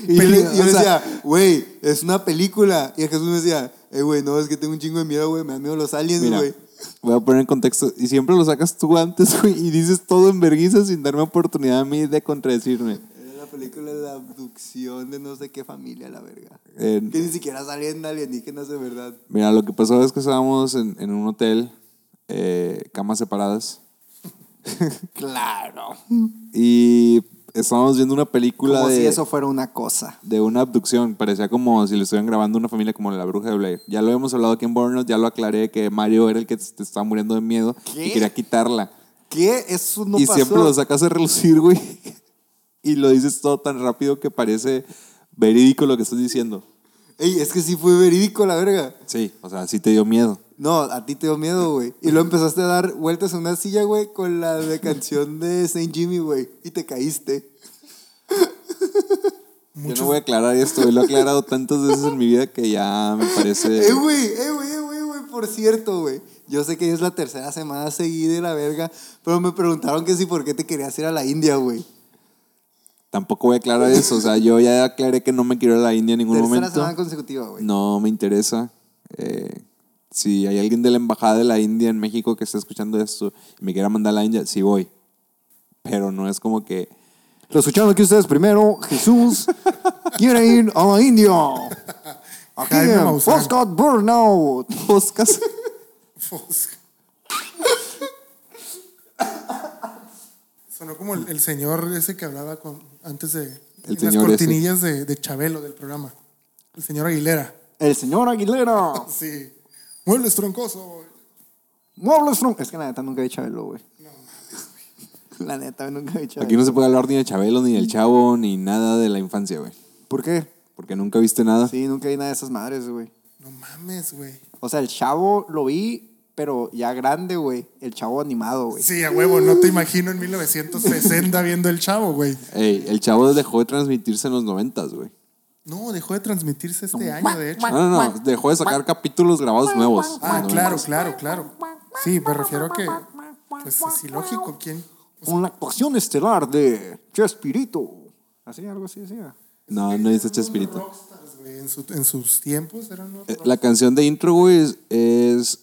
Y yo le,
Peli-
yo le
o sea-
decía, güey, es una película. Y Jesús me decía, eh, güey, no, es que tengo un chingo de miedo, güey, me dan miedo los aliens,
Mira,
güey.
voy a poner en contexto. Y siempre lo sacas tú antes, güey, y dices todo en vergüenza sin darme oportunidad a mí de contradecirme.
Era la película de la abducción de no sé qué familia, la verga.
En-
Que ni siquiera salen alienígenas de verdad.
Mira, lo que pasó es que estábamos en, en un hotel, eh, camas separadas,
Claro.
y estábamos viendo una película
Como
de...
si eso fuera una cosa.
de una abducción. Parecía como si le estuvieran grabando a una familia como la bruja de Blair. Ya lo hemos hablado aquí en Burnout, ya lo aclaré que Mario era el que te estaba muriendo de miedo
¿Qué?
y quería quitarla.
¿Qué? Eso no
y
pasó.
siempre lo sacas a relucir, güey. y lo dices todo tan rápido que parece verídico lo que estás diciendo.
Ey, es que sí fue verídico, la verga.
Sí, o sea, sí te dio miedo.
No, a ti te dio miedo, güey. Y luego empezaste a dar vueltas en una silla, güey, con la de canción de Saint Jimmy, güey. Y te caíste.
Yo no voy a aclarar esto, güey, lo he aclarado tantas veces en mi vida que ya me parece...
Eh, güey, eh, güey, eh, güey, güey. Por cierto, güey. Yo sé que es la tercera semana seguida de la verga. Pero me preguntaron que si por qué te querías ir a la India, güey.
Tampoco voy a aclarar eso, o sea, yo ya aclaré que no me quiero ir a la India en ningún
Tercera
momento.
semana consecutiva, güey.
No me interesa. Eh, si hay alguien de la Embajada de la India en México que esté escuchando esto y me quiera mandar a la India, sí voy. Pero no es como que...
Lo escucharon aquí ustedes primero. Jesús quiere ir a la India. Aquí
Jaime
en
Maussan.
Postcard Burnout.
Podcast.
Fosca. Sonó como el, el señor ese que hablaba con, antes de en las
señor ese.
cortinillas de, de Chabelo del programa. El señor Aguilera.
El señor Aguilera.
Sí. Muebles troncoso.
Muebles from. Es que la neta nunca vi Chabelo, güey. La neta nunca vi Chabelo.
Aquí no se puede hablar ni de Chabelo, ni del Chavo, ni nada de la infancia, güey.
¿Por qué?
Porque nunca viste nada.
Sí, nunca vi nada de esas madres, güey.
No mames, güey.
O sea, el chavo lo vi, pero ya grande, güey. El chavo animado, güey.
Sí, a huevo, no te imagino en 1960 viendo el chavo, güey.
Ey, el Chavo dejó de transmitirse en los noventas, güey.
No, dejó de transmitirse este año, de hecho.
No, no, no. Dejó de sacar capítulos grabados nuevos.
Ah,
No,
claro, claro, claro. Sí, me refiero a que. Pues es ilógico, ¿quién?
Con la actuación estelar de Chespirito. Así, algo así decía.
No, no dice Chespirito.
Rockstars, güey, en, su- en sus tiempos eran unos
Eh, La canción de intro, güey, es- es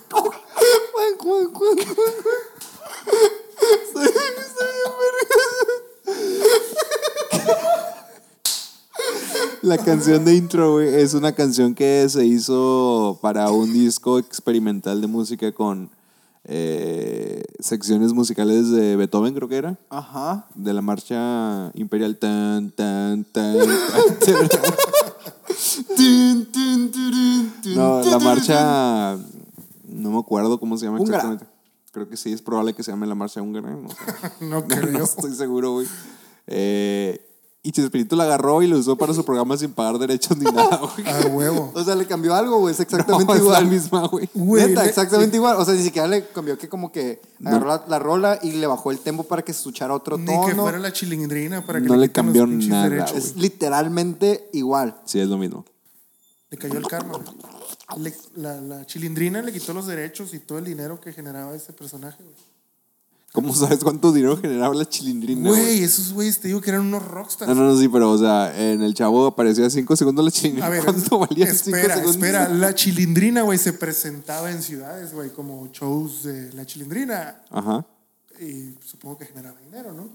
Juan, Juan, Juan, Juan, Juan. Soy, soy
La canción de intro, güey, es una canción que se hizo para un disco experimental de música con eh, secciones musicales de Beethoven, creo que era.
Ajá.
De la marcha imperial. Tan, tan, tan, tan, tan.
Tun, tun, turun, tun,
No, la
tun,
marcha. No me acuerdo cómo se llama
Húngara.
exactamente. Creo que sí, es probable que se llame la marcha húngara. No, sé. No,
No
no
creo.
estoy seguro, güey. Eh, y Chespirito la agarró y lo usó para su programa sin pagar derechos ni nada, güey.
A huevo.
O sea, le cambió algo, güey. Es exactamente
No, es
igual.
la misma, güey.
Güey,
Neta,
le-
exactamente igual. O sea, ni siquiera le cambió que como que agarró la, la rola y le bajó el tempo para que se escuchara otro
Ni que
tono.
fuera la chilindrina para que
No le
quiten los
cambió
pinches
nada,
derechos,
güey.
Es
güey.
literalmente igual.
Sí, es lo mismo.
Le cayó el karma. güey. Le- la, la chilindrina le quitó los derechos y todo el dinero que generaba ese personaje, güey.
¿Cómo sabes cuánto dinero generaba la chilindrina, güey?
Güey, esos güeyes te digo que eran unos
No,
rockstars.
no, no, sí, pero, o sea, en el chavo aparecía 5 segundos la chilindrina.
A ver,
¿Cuánto valía 5
espera,
segundos?
espera. La chilindrina, güey, se presentaba en ciudades, güey, como shows de la chilindrina.
Ajá.
Y supongo que generaba dinero, ¿no?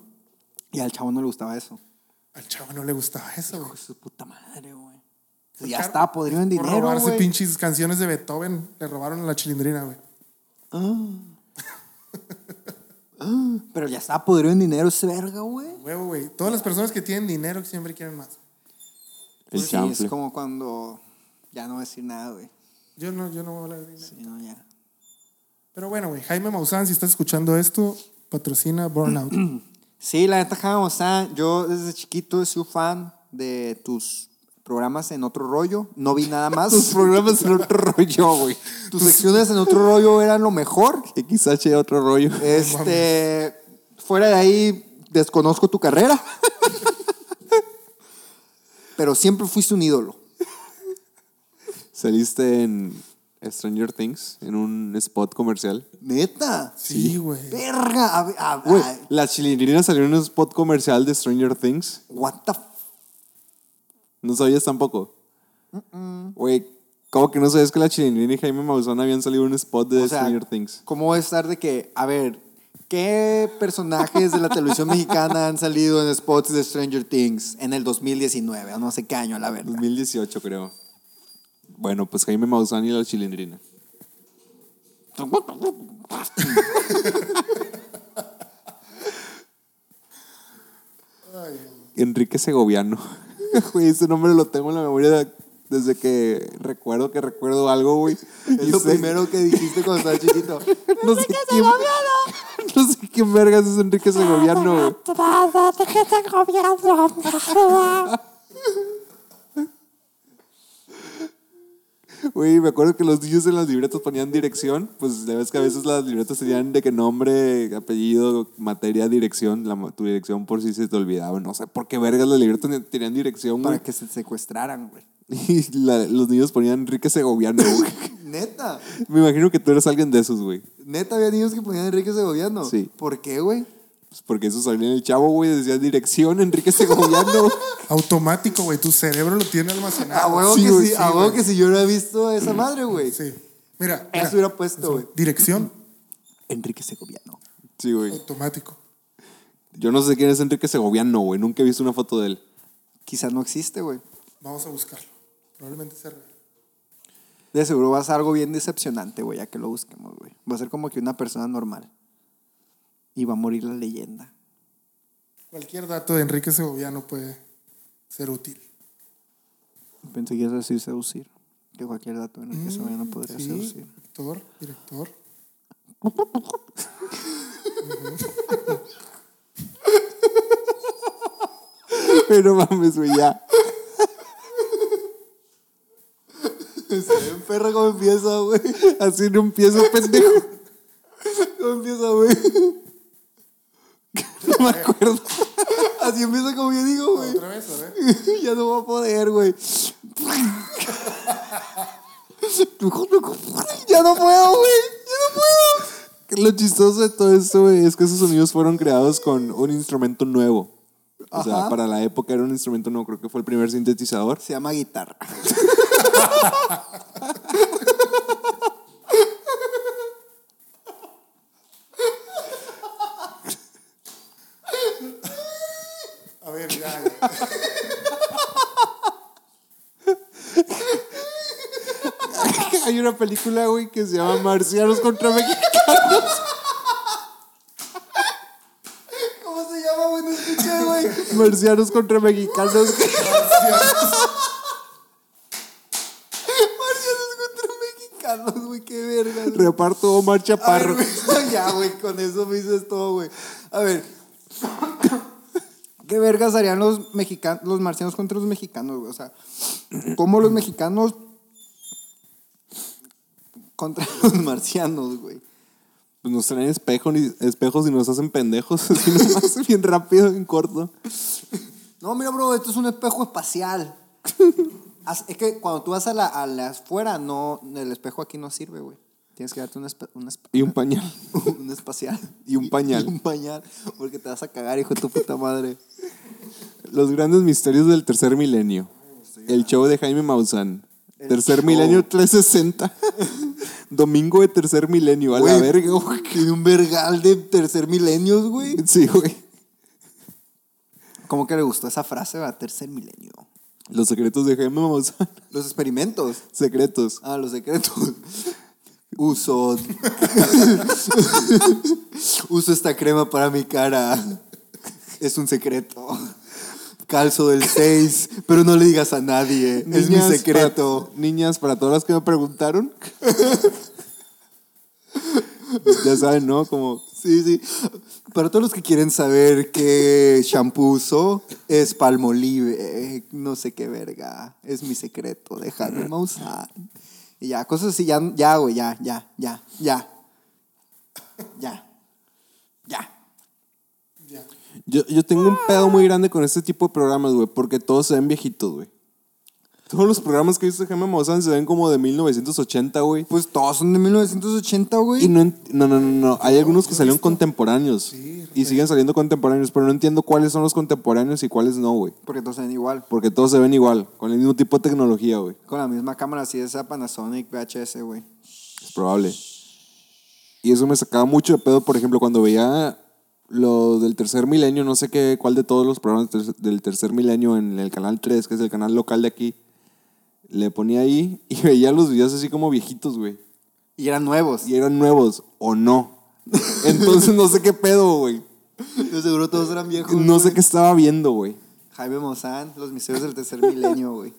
Y al chavo no le gustaba eso.
Al chavo no le gustaba eso, güey.
Su puta madre, güey. Ya estaba podrido en
Por
dinero,
robarse
güey.
pinches canciones de Beethoven, le robaron a la chilindrina, güey.
Pero ya estaba podrido en dinero ese verga, güey.
Huevo, güey. Todas las personas que tienen dinero siempre quieren más.
El
Sí,
chanfle.
es como cuando ya no voy a decir nada, güey.
Yo no, yo no voy a hablar de dinero.
Sí, no, ya.
Pero bueno, güey, Jaime Maussan, si estás escuchando esto, patrocina Burnout.
Sí, la neta, Jaime Maussan, yo desde chiquito he sido fan de tus programas en otro rollo. No vi nada más.
Tus programas en otro rollo, güey.
Tus secciones en otro rollo eran lo mejor.
XH otro rollo.
Eh. Este, fuera de ahí, desconozco tu carrera. Pero siempre fuiste un ídolo.
Saliste en Stranger Things, en un spot comercial.
Neta.
Sí, güey.
Verga. A, ver, a-
Güey,
a-
la chilindrina salió en un spot comercial de Stranger Things.
what the f-
No sabías tampoco. Güey, ¿cómo que no sabías que la chilindrina y Jaime Maussan habían salido en un spot de
O sea,
Stranger Things?
¿Cómo es estar de que, a ver, qué personajes de la televisión mexicana han salido en spots de Stranger Things en el 2019? O no sé qué año, la verdad.
2018, creo. Bueno, pues Jaime Maussan y la chilindrina. Enrique Segoviano. Güey, ese nombre lo tengo en la memoria de- desde que recuerdo que recuerdo algo, güey.
Es
Y
lo
sé-
primero que dijiste cuando estabas chiquito.
No sé quién, no sé quién vergas es Enrique Segoviano, güey. Güey, me acuerdo que los niños en las libretas ponían dirección. Pues ya ves que a veces las libretas tenían de que nombre, apellido, materia, dirección. La, ma- tu dirección por si se te olvidaba. No sé por qué vergas las libretas ne- tenían dirección, güey.
Para que se secuestraran, güey.
Y la- los niños ponían Enrique Segoviano, güey.
Neta.
Me imagino que tú eres alguien de esos, güey.
Neta, había niños que ponían Enrique Segoviano.
Sí.
¿Por qué, güey?
Pues porque eso salía en el chavo, güey. Decía dirección Enrique Segoviano. güey.
Automático, güey. Tu cerebro lo tiene almacenado.
A huevo
sí,
que
güey,
sí,
sí,
a huevo
güey.
que si yo no he visto a esa madre, güey.
Sí. Mira, mira.
Eso hubiera puesto, güey.
Dirección,
Enrique Segoviano.
Sí, güey.
automático.
Yo no sé quién es Enrique Segoviano, güey. Nunca he visto una foto de él.
Quizás no existe, güey.
Vamos a buscarlo. Probablemente sea real.
De seguro va a ser algo bien decepcionante, güey, ya que lo busquemos, güey. Va a ser como que una persona normal. Y va a morir la leyenda.
Cualquier dato de Enrique Segoviano puede ser útil.
Pensé que ibas a decir seducir. Que cualquier dato en el que se vaya no podría
Mm, Sí,
seducir.
actor, director.
Pero mames, güey, ya.
Bien perra como empieza, güey.
Así no empiezo, pendejo.
Como empieza, güey.
No me acuerdo.
Así empieza como yo digo, güey.
Otra vez, a ver.
ya no va a poder, güey. ya no puedo, güey. Ya no puedo.
Lo chistoso de todo esto, güey, es que esos sonidos fueron creados con un instrumento nuevo. O sea,
Ajá.
para la época era un instrumento nuevo. Creo que fue el primer sintetizador.
Se llama guitarra.
A ver, ya. güey.
Hay una película, güey, que se llama Marcianos contra México.
¿Cómo se llama, güey? No escuché, güey.
Marcianos contra mexicanos.
Marcianos contra
mexicanos, güey, qué verga. Reparto Omar Chaparro.
ya, güey, con eso me dices todo, güey.
A ver. ¿Qué vergas harían los mexicanos, los marcianos contra los mexicanos, güey? O sea, ¿cómo los mexicanos contra los marcianos, güey?
Pues nos traen espejo, ni- espejos y nos hacen pendejos. Así nomás, bien rápido, en corto.
No, mira, bro, esto es un espejo espacial. As- es que cuando tú vas a la, a la afuera, no, el espejo aquí no sirve, güey. Tienes que darte un, espe- un espe-
Y un pañal.
un espacial.
Y un pañal.
Y un pañal, porque te vas a cagar, hijo de tu puta madre.
Los grandes misterios del tercer milenio. El show de Jaime Maussan. tercer
show.
milenio 360. Domingo de tercer milenio, a la
Güey,
verga.
güey, Tiene un vergal de tercer milenio, güey.
Sí, güey.
¿Cómo que le gustó esa frase, va? Tercer milenio.
Los secretos de Jaime Maussan.
Los experimentos.
Secretos.
Ah, los secretos. Uso. Uso esta crema para mi cara. Es un secreto. Calzo del 6, pero no le digas a nadie. es mi
Niñas,
secreto.
para- niñas, para todas las que me preguntaron. ya saben, ¿no? Como
Sí, sí. Para todos los que quieren saber qué shampoo uso, es palmolive. eh, No sé qué verga. Es mi secreto. Déjame usar. Y ya, cosas así. Ya, ya, güey. Ya, ya, ya, ya. Ya. Ya.
Yo, yo tengo un pedo muy grande con este tipo de programas, güey, porque todos se ven viejitos, güey. Todos los programas que hizo Jaime Maussan se ven como de 1980, güey.
Pues todos son de 1980,
Y
güey.
no, ent- no, no, no, no. Hay algunos que salieron contemporáneos. y siguen saliendo contemporáneos, pero no entiendo cuáles son los contemporáneos y cuáles no, güey.
Porque todos son igual.
Porque todos se ven igual, con el mismo tipo de tecnología, güey.
Con la misma cámara así, esa Panasonic VHS, güey.
Es probable. Y eso me sacaba mucho de pedo, por ejemplo, cuando veía lo del tercer milenio, no sé qué, cuál de todos los programas ter- del tercer milenio en el canal 3, que es el canal local de aquí, le ponía ahí y veía los videos así como viejitos, güey.
Y eran nuevos.
Y eran nuevos o no. Entonces no sé qué pedo, güey.
De seguro todos eran viejos.
No sé
güey.
qué estaba viendo, güey.
Jaime Maussan, Los Misterios del Tercer Milenio, güey.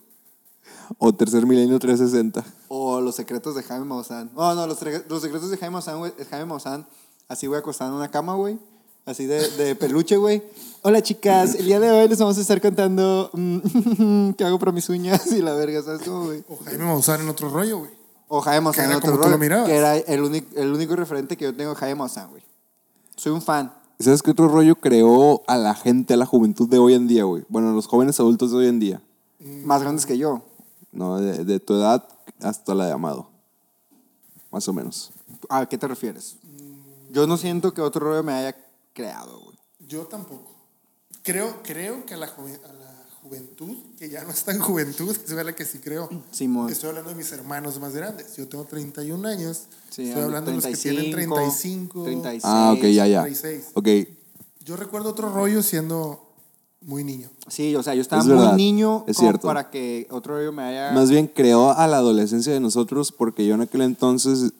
O tercer milenio 360.
O los secretos de Jaime Maussan. No, no, los, tre- los secretos de Jaime Maussan, güey. es Jaime Maussan, así, güey, acostado en una cama, güey. Así de, de peluche, güey. Hola, chicas. El día de hoy les vamos a estar contando mm, qué hago para mis uñas y la verga, ¿sabes cómo, güey?
O Jaime Maussan en otro rollo, güey.
O Jaime Maussan
era
en otro
como tú lo
rol,
mirabas.
Que era el único, el único referente que yo tengo de Jaime Maussan, güey. Soy un fan.
¿Sabes qué otro rollo creó a la gente, a la juventud de hoy en día, güey? Bueno, a los jóvenes adultos de hoy en día.
Más grandes que yo.
No, de, de tu edad hasta la de Amado. Más o menos.
¿A qué te refieres? Yo no siento que otro rollo me haya creado, güey.
Yo tampoco. Creo, creo que a la, juve- a la juventud, que ya no es tan juventud, es la que sí creo.
Simón.
Estoy hablando de mis hermanos más grandes. Yo tengo 31 años.
Sí,
Estoy hablando de los que tienen 35.
36.
ah, ok, ya, ya.
36.
Ok,
Yo recuerdo otro rollo siendo muy niño.
Sí, o sea, yo estaba
Es
muy
verdad,
niño
es
como
cierto.
para que otro rollo me haya...
más bien creó a la adolescencia de nosotros porque yo en aquel entonces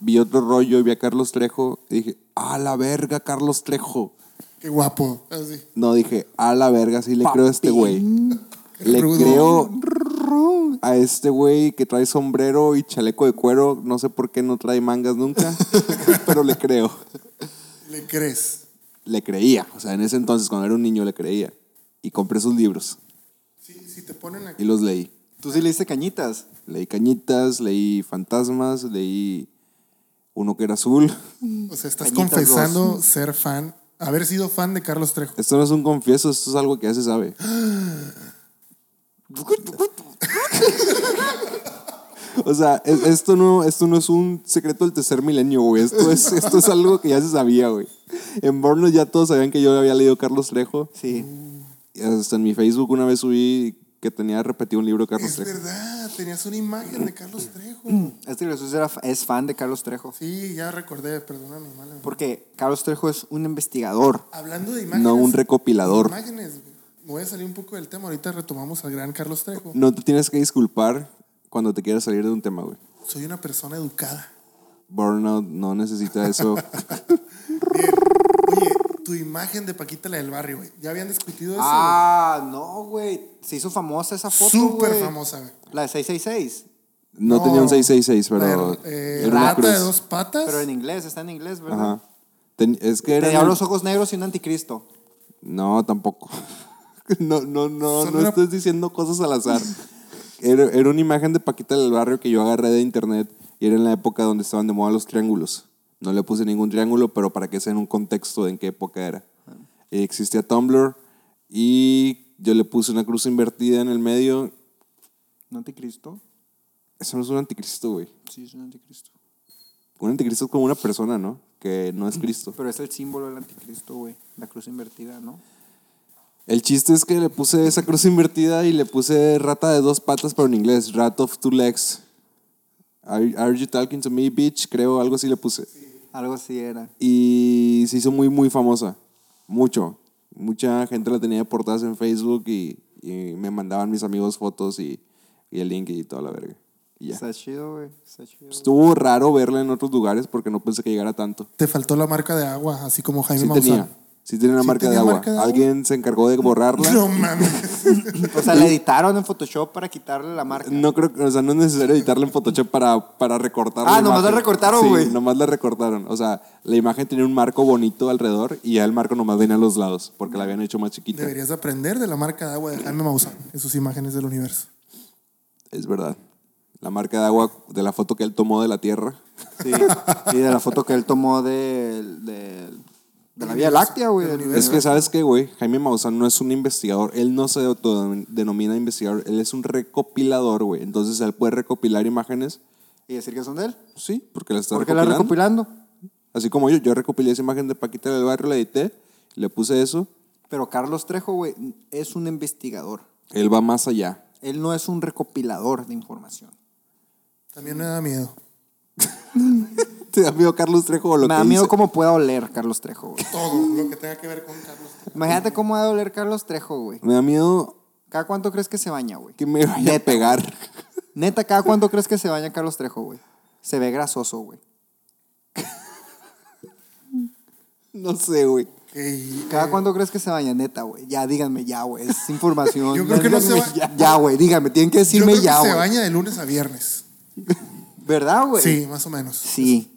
vi otro rollo y vi a Carlos Trejo y dije, a la verga, Carlos Trejo.
Qué guapo. Así.
No, dije, a la verga, sí le
Papi.
creo a este güey. Le
Rudo.
creo a este güey que trae sombrero y chaleco de cuero. No sé por qué no trae mangas nunca, pero le creo.
¿Le crees?
Le creía. O sea, en ese entonces, cuando era un niño, le creía. Y compré sus libros
Si te ponen
y
aquí.
los leí.
Tú sí le diste cañitas.
Leí Cañitas, leí Fantasmas, leí uno que era azul.
O sea, estás
Cañitas
confesando ser fan, haber sido fan de Carlos Trejo.
Esto no es un confieso, esto es algo que ya se sabe. O sea, es- esto, no, esto no es un secreto del tercer milenio, güey. Esto es, esto es algo que ya se sabía, güey. En Bornos ya todos sabían que yo había leído Carlos Trejo.
Sí.
Y Hasta en mi Facebook una vez subí que tenía repetido un libro de Carlos
Es
Trejo.
verdad, tenías una imagen de Carlos Trejo.
Este Jesús era, fa- es fan de Carlos Trejo.
Sí, ya recordé, perdona mi mala.
Porque Carlos Trejo es un investigador.
Hablando de imágenes.
No, un recopilador.
Imágenes. me Voy a salir un poco del tema. Ahorita retomamos al gran Carlos Trejo.
No te tienes que disculpar cuando te quieras salir de un tema, güey.
Soy una persona educada.
Burnout no necesita eso.
Oye, tu imagen de Paquita la del barrio, güey. Ya habían discutido eso.
Ah, no, güey. Se hizo famosa esa foto.
Súper
güey.
famosa, güey.
La de 666.
No, tenía un 666, pero
La de, eh,
era una
rata
cruz.
de dos patas.
Pero en inglés, está en inglés, ¿verdad?
Ajá. Ten- es que era
Tenía los ojos negros y un anticristo.
No, tampoco. No, no, no,
Son
no
una-
estés diciendo cosas al azar. Era, era una imagen de Paquita del Barrio que yo agarré de internet y era en la época donde estaban de moda los triángulos. No le puse ningún triángulo, pero para que sea en un contexto de en qué época era.
Ah.
Eh, Existía Tumblr y yo le puse una cruz invertida en el medio.
¿Un anticristo?
Eso no es un anticristo, güey.
Sí, es un anticristo.
Un anticristo es como una persona, ¿no? Que no es Cristo.
Pero es el símbolo del anticristo, güey. La cruz invertida, ¿no?
El chiste es que le puse esa cruz invertida y le puse rata de dos patas, pero en inglés, rat of two legs. Are, are you talking to me, bitch? Creo, algo así le puse.
Algo así era.
Y se hizo muy, muy famosa. Mucho. Mucha gente la tenía de portadas en Facebook y, y me mandaban mis amigos fotos y, y el link y toda la verga. Y ya.
Está chido, güey. Está chido.
Estuvo raro verla en otros lugares porque no pensé que llegara tanto.
Te faltó la marca de agua, así como Jaime
Sí
Maussan.
tenía. Sí tenía una
Sí
marca, de
tenía
agua.
marca de agua.
Alguien se encargó de borrarla.
No mames.
O sea, la editaron en Photoshop para quitarle la marca.
No creo que, o sea, no es necesario editarla en Photoshop para, para recortar
Ah,
la
nomás
imagen.
la recortaron,
Sí,
güey.
nomás la recortaron. O sea, la imagen tenía un marco bonito alrededor y ya el marco nomás venía a los lados porque la habían hecho más chiquita.
Deberías de aprender de la marca de agua de Jaime Maussan en sus imágenes del universo.
Es verdad. La marca de agua de la foto que él tomó de la Tierra.
Sí. Y de la foto que él tomó del- del- de, la Vía Láctea, güey. del
Es
universo.
que, ¿sabes qué, güey? Jaime Maussan no es un investigador. Él no se autodenomina investigador. Él es un recopilador, güey. Entonces, él puede recopilar imágenes.
Y decir que son de él.
Sí, porque las está
¿Por qué la
recopilando.
recopilando?
Así como yo. Yo recopilé esa imagen de Paquita del Barrio, la edité, le puse eso.
Pero Carlos Trejo, güey, es un investigador.
Él va más allá.
Él no es un recopilador de información.
También me da miedo.
Te da miedo Carlos Trejo o lo
Me
que
da miedo
dice?
cómo pueda oler Carlos Trejo, güey.
Todo lo que tenga que ver con Carlos.
Imagínate cómo ha de oler Carlos Trejo, güey.
Me da miedo
¿Cada cuánto crees que se baña, güey?
que me vaya a
Neta.
pegar.
Neta, ¿cada cuánto crees que se baña Carlos Trejo, güey? Se ve grasoso, güey.
No sé, güey.
Ok.
¿Cada cuánto crees que se baña? Neta, güey. Ya, díganme ya, güey. Es información.
Yo creo que no se
Díganme
ba-
Ya, güey. Díganme. Tienen que
Yo
decirme
creo que
ya,
se
güey.
baña de lunes a viernes.
¿Verdad, güey?
Sí, más o menos.
Sí.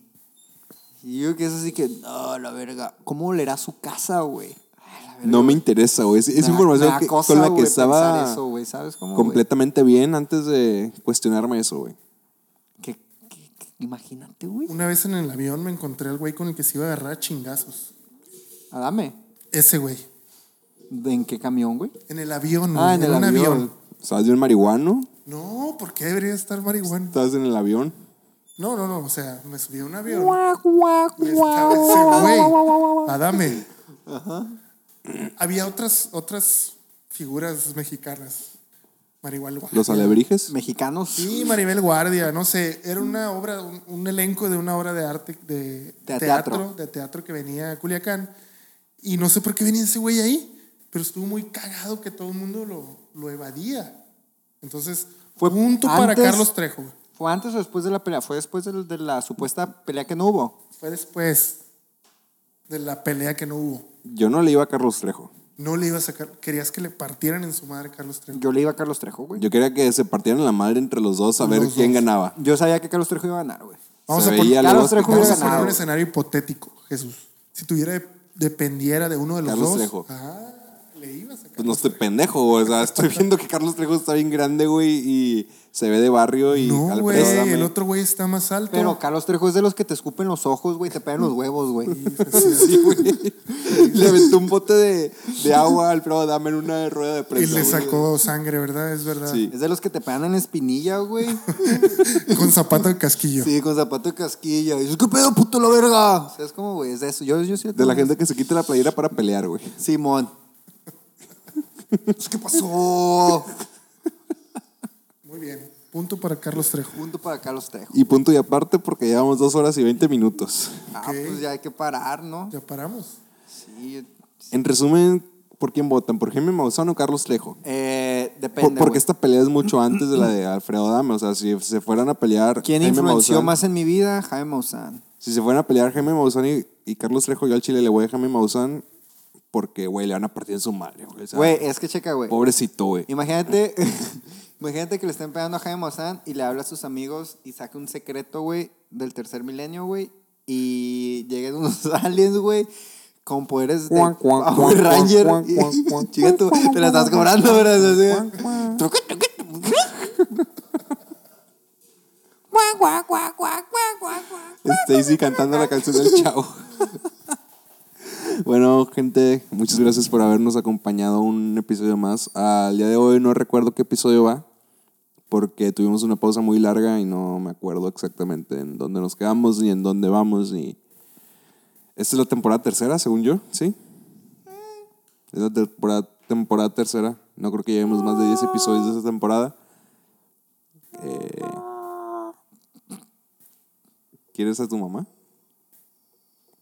Y yo que es así que, no, la verga. ¿cómo olerá su casa, güey? Ay, la verga,
No me
güey.
interesa, güey. Es, es
Me da- me
información
da
que-
cosa,
con la que
güey,
estaba
pensar eso, güey, ¿sabes cómo, güey?
completamente bien antes de cuestionarme eso, güey.
Que- que- que- imagínate, güey.
Una vez en el avión me encontré al güey con el que se iba a agarrar a chingazos.
Adame.
Ese güey.
¿De en qué camión, güey?
En el avión.
Ah,
güey,
en el
un
avión.
¿Estabas bien marihuano?
No, ¿por qué debería estar marihuana?
¿Estabas en el avión?
No, no, no. O sea, me subí a un avión. Y estaba ese güey. Adame. Había otras, otras figuras mexicanas. Marihuana.
¿Los alebrijes?
Mexicanos.
Sí, Maribel Guardia, no sé, era una obra, un, un elenco de una obra de arte, de
teatro.
teatro. de teatro que venía a Culiacán. Y no sé por qué venía ese güey ahí, pero estuvo muy cagado que todo el mundo lo, lo evadía. Entonces,
Fue
fue punto para
antes-
Carlos Trejo. güey.
¿Fue antes o después de la pelea? Fue después del- de, la supuesta pelea que no hubo.
Fue después de la pelea que no hubo.
Yo no le iba a Carlos Trejo.
No le iba a sacar, querías que le partieran en su madre a Carlos Trejo.
Yo le iba a Carlos Trejo, güey. Yo,
Yo quería que se partieran la madre entre los dos a ver
Los
quién
dos.
ganaba.
sabía que Carlos Trejo iba a ganar, güey.
Vamos
Se
a
veía
poner,
Carlos
Lewandowski.
Trejo hubiera
vamos
Carlos-
a poner
ganado,
un
güey.
escenario hipotético, Jesús. Si tuviera, dependiera de uno de los
Carlos
dos.
Trejo.
ah, le iba a sacar.
Pues no estoy pendejo, güey. o sea, estoy viendo que Carlos Trejo está bien grande, güey, y se ve de barrio y...
No,
Alfredo
güey,
Adame.
el otro güey está más alto.
Pero Carlos Trejo es de los que te escupen los ojos, güey, te pegan los huevos, güey.
Sí, güey. Le aventó un bote de, de agua al Alfredo Dame en una rueda de
y
prensa.
le
güey.
sacó sangre, ¿verdad? Es verdad.
Sí.
Es de los que te pegan en espinilla, güey.
Con zapato de casquillo.
Sí, con zapato de casquilla. Y dices, ¿qué pedo, puto, la verga? O sea, es como, güey, es de eso. Yo, yo sí
De la gente que se quita la playera para pelear, güey.
Simón. ¿Qué pasó?
Muy bien. Punto para Carlos Trejo.
Punto para Carlos Trejo.
Y punto y aparte porque llevamos dos horas y 20 minutos.
Ah, pues ya hay que parar, ¿no?
Ya paramos.
Sí.
En resumen, ¿por quién votan? ¿Por Jaime Maussan o Carlos Trejo?
Eh,
Por-
depende.
porque
güey.
esta pelea es mucho antes de la de Alfredo Dame. O sea, si se fueran a pelear.
¿Quién
Jaime
influenció
Maussan-
más en mi vida? Jaime Maussan.
Si se fueran a pelear Jaime Maussan y, y Carlos Trejo, yo al Chile le voy a Jaime Maussan porque, güey, le van a partir en su madre, güey. O sea,
Güey, es que checa, güey.
Pobrecito, güey.
Imagínate, imagínate que le estén pegando a Jaime Maussan y le habla a sus amigos y saca un secreto, güey, del tercer milenio, güey. Y lleguen unos aliens, güey, con poderes de
Cuan, cuan,
Power
cuan, cuan,
Ranger.
cuan,
y-
cuan, cuan,
Chica, tú, te la estás cobrando, ¿verdad? Así,
Stacy cantando la canción del chavo. bueno, gente, muchas gracias por habernos acompañado un episodio más. Al día de hoy no recuerdo qué episodio va, porque tuvimos una pausa muy larga y no me acuerdo exactamente en dónde nos quedamos ni en dónde vamos. Ni... Esta es la temporada tercera, según yo, ¿sí? Es la temporada, temporada tercera. No creo que llevemos más de 10 episodios de esta temporada. Eh, ¿Quieres a tu mamá?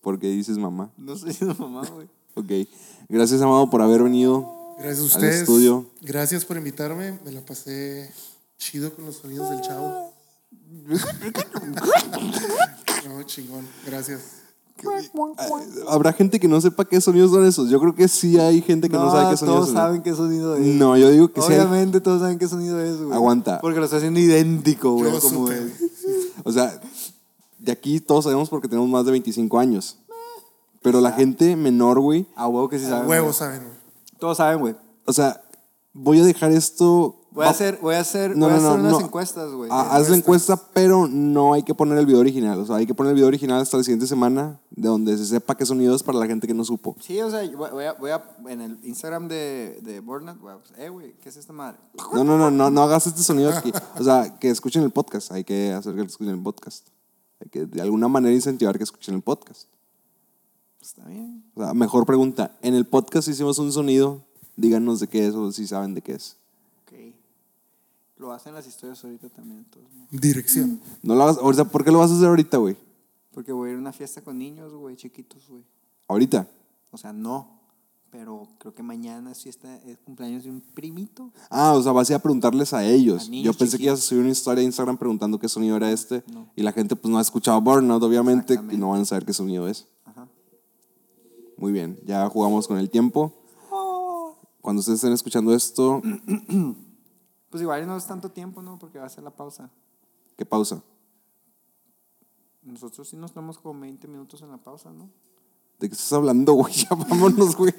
Porque dices mamá.
No sé, no, mamá, güey.
Ok. Gracias, Amado, por haber venido.
Gracias a
Al
ustedes.
estudio.
Gracias por invitarme. Me la pasé chido con los sonidos del chavo. No, chingón. Gracias. eh,
Habrá gente que no sepa qué sonidos son esos. Yo creo que sí hay gente que no, sabe qué sonidos
todos
son.
saben qué sonido es.
No, yo digo que sí. hay-
Obviamente todos saben qué sonido es, güey.
Aguanta.
Porque lo está haciendo idéntico, güey,
Yo
como
supe.
es.
O sea, de aquí todos sabemos porque tenemos más de 25 años. Pero
Ah.
la gente menor, güey.
A huevo que sí saben. güey.
Huevos, saben. güey.
Todos saben, güey.
O sea, voy a dejar esto.
Voy a hacer, voy a hacer, voy a hacer unas encuestas, güey.
Ah, haz la encuesta, pero no hay que poner el video original. O sea, hay que poner el video original hasta la siguiente semana, de donde se sepa qué sonidos para la gente que no supo.
Sí, o sea, yo voy voy a, voy a- en el Instagram de, de Burnout, güey, pues, eh, güey, ¿qué es esta madre?
No, no, no, no, no hagas este sonido aquí. O sea, que escuchen el podcast. Hay que hacer que escuchen el podcast. Hay que de alguna manera incentivar que escuchen el podcast.
Pues está bien.
O sea, mejor pregunta. En el podcast hicimos un sonido. Díganos de qué es o si saben de qué es.
Ok. Lo hacen las historias ahorita también, todos, ¿no?
Dirección.
No lo hagas, o sea, ¿por qué lo vas a hacer ahorita, güey?
Porque voy a ir a una fiesta con niños, güey, chiquitos, güey.
Ahorita.
O sea, no. Pero creo que mañana es fiesta, es cumpleaños de un primito.
Ah, o sea, vas a ir a preguntarles a ellos.
A niños
Yo pensé que ibas a subir una historia de Instagram preguntando qué sonido era este. Y la gente pues no ha escuchado Burnout, obviamente, y no van a saber qué sonido es.
Ajá.
Muy bien, ya jugamos con el tiempo. Cuando ustedes estén escuchando esto,
Pues igual no es tanto tiempo, ¿no? Porque va a ser la pausa.
¿qué pausa?
Nosotros sí nos tomamos como 20 minutos en la pausa, ¿no?
¿De qué estás hablando, güey? Ya vámonos, güey.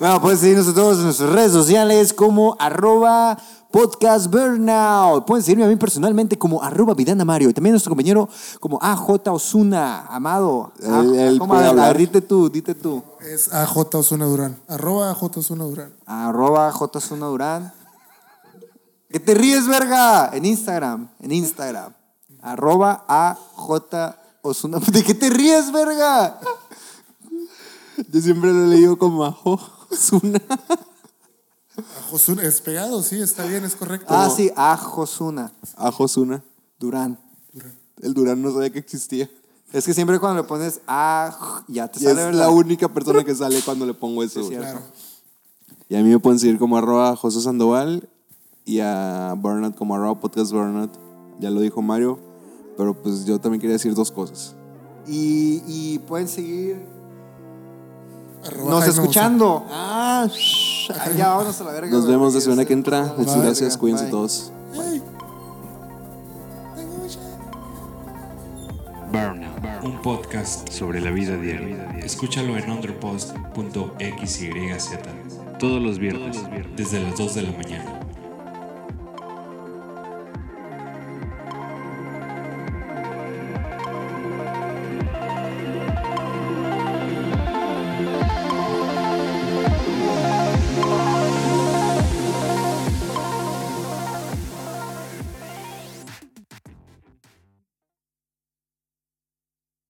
Bueno, pueden seguirnos en todas nuestras redes sociales como arroba podcast burnout. Pueden seguirme a mí personalmente como arroba vidana mario. También a nuestro compañero como AJ Osuna, amado. Ah,
Él- él
¿cómo?
puede
A ver,
hablar.
Dite tú, dite tú.
Es AJ Osuna Durán. Arroba AJ Osuna Durán.
Arroba AJ Osuna Durán. Que te ríes, verga. En Instagram, en Instagram. Arroba AJ Osuna. ¿De qué te ríes, verga?
Yo siempre lo he leído como ajo. Zuna.
Ajo Osuna- Es pegado, sí, está bien, es correcto.
Ah, sí, AJ Osuna
Ajo Zuna.
Durán.
El Durán no sabía que existía.
Es que siempre cuando le pones ah, ya te
Y
sale,
es
¿verdad?
la única persona que sale cuando le pongo eso.
Sí,
güey.
cierto.
Claro.
Y a mí me pueden seguir como arroba José Sandoval y a Bernard como arroba podcast Bernard. Ya lo dijo Mario, pero pues yo también quería decir dos cosas.
Y, y pueden seguir
Arroba
nos
Jaime
escuchando. Ah, shh, ah, ya vámonos a la verga.
Nos
güey,
vemos la
porque
semana
ya
que
se-
entra. Muchas
Bye.
gracias, cuídense
Bye.
todos.
Osuna. Ey. Tengo mucha-
Burnout, un podcast sobre la vida diaria. Escúchalo en underpost.xyz todos los viernes desde las 2 de la mañana.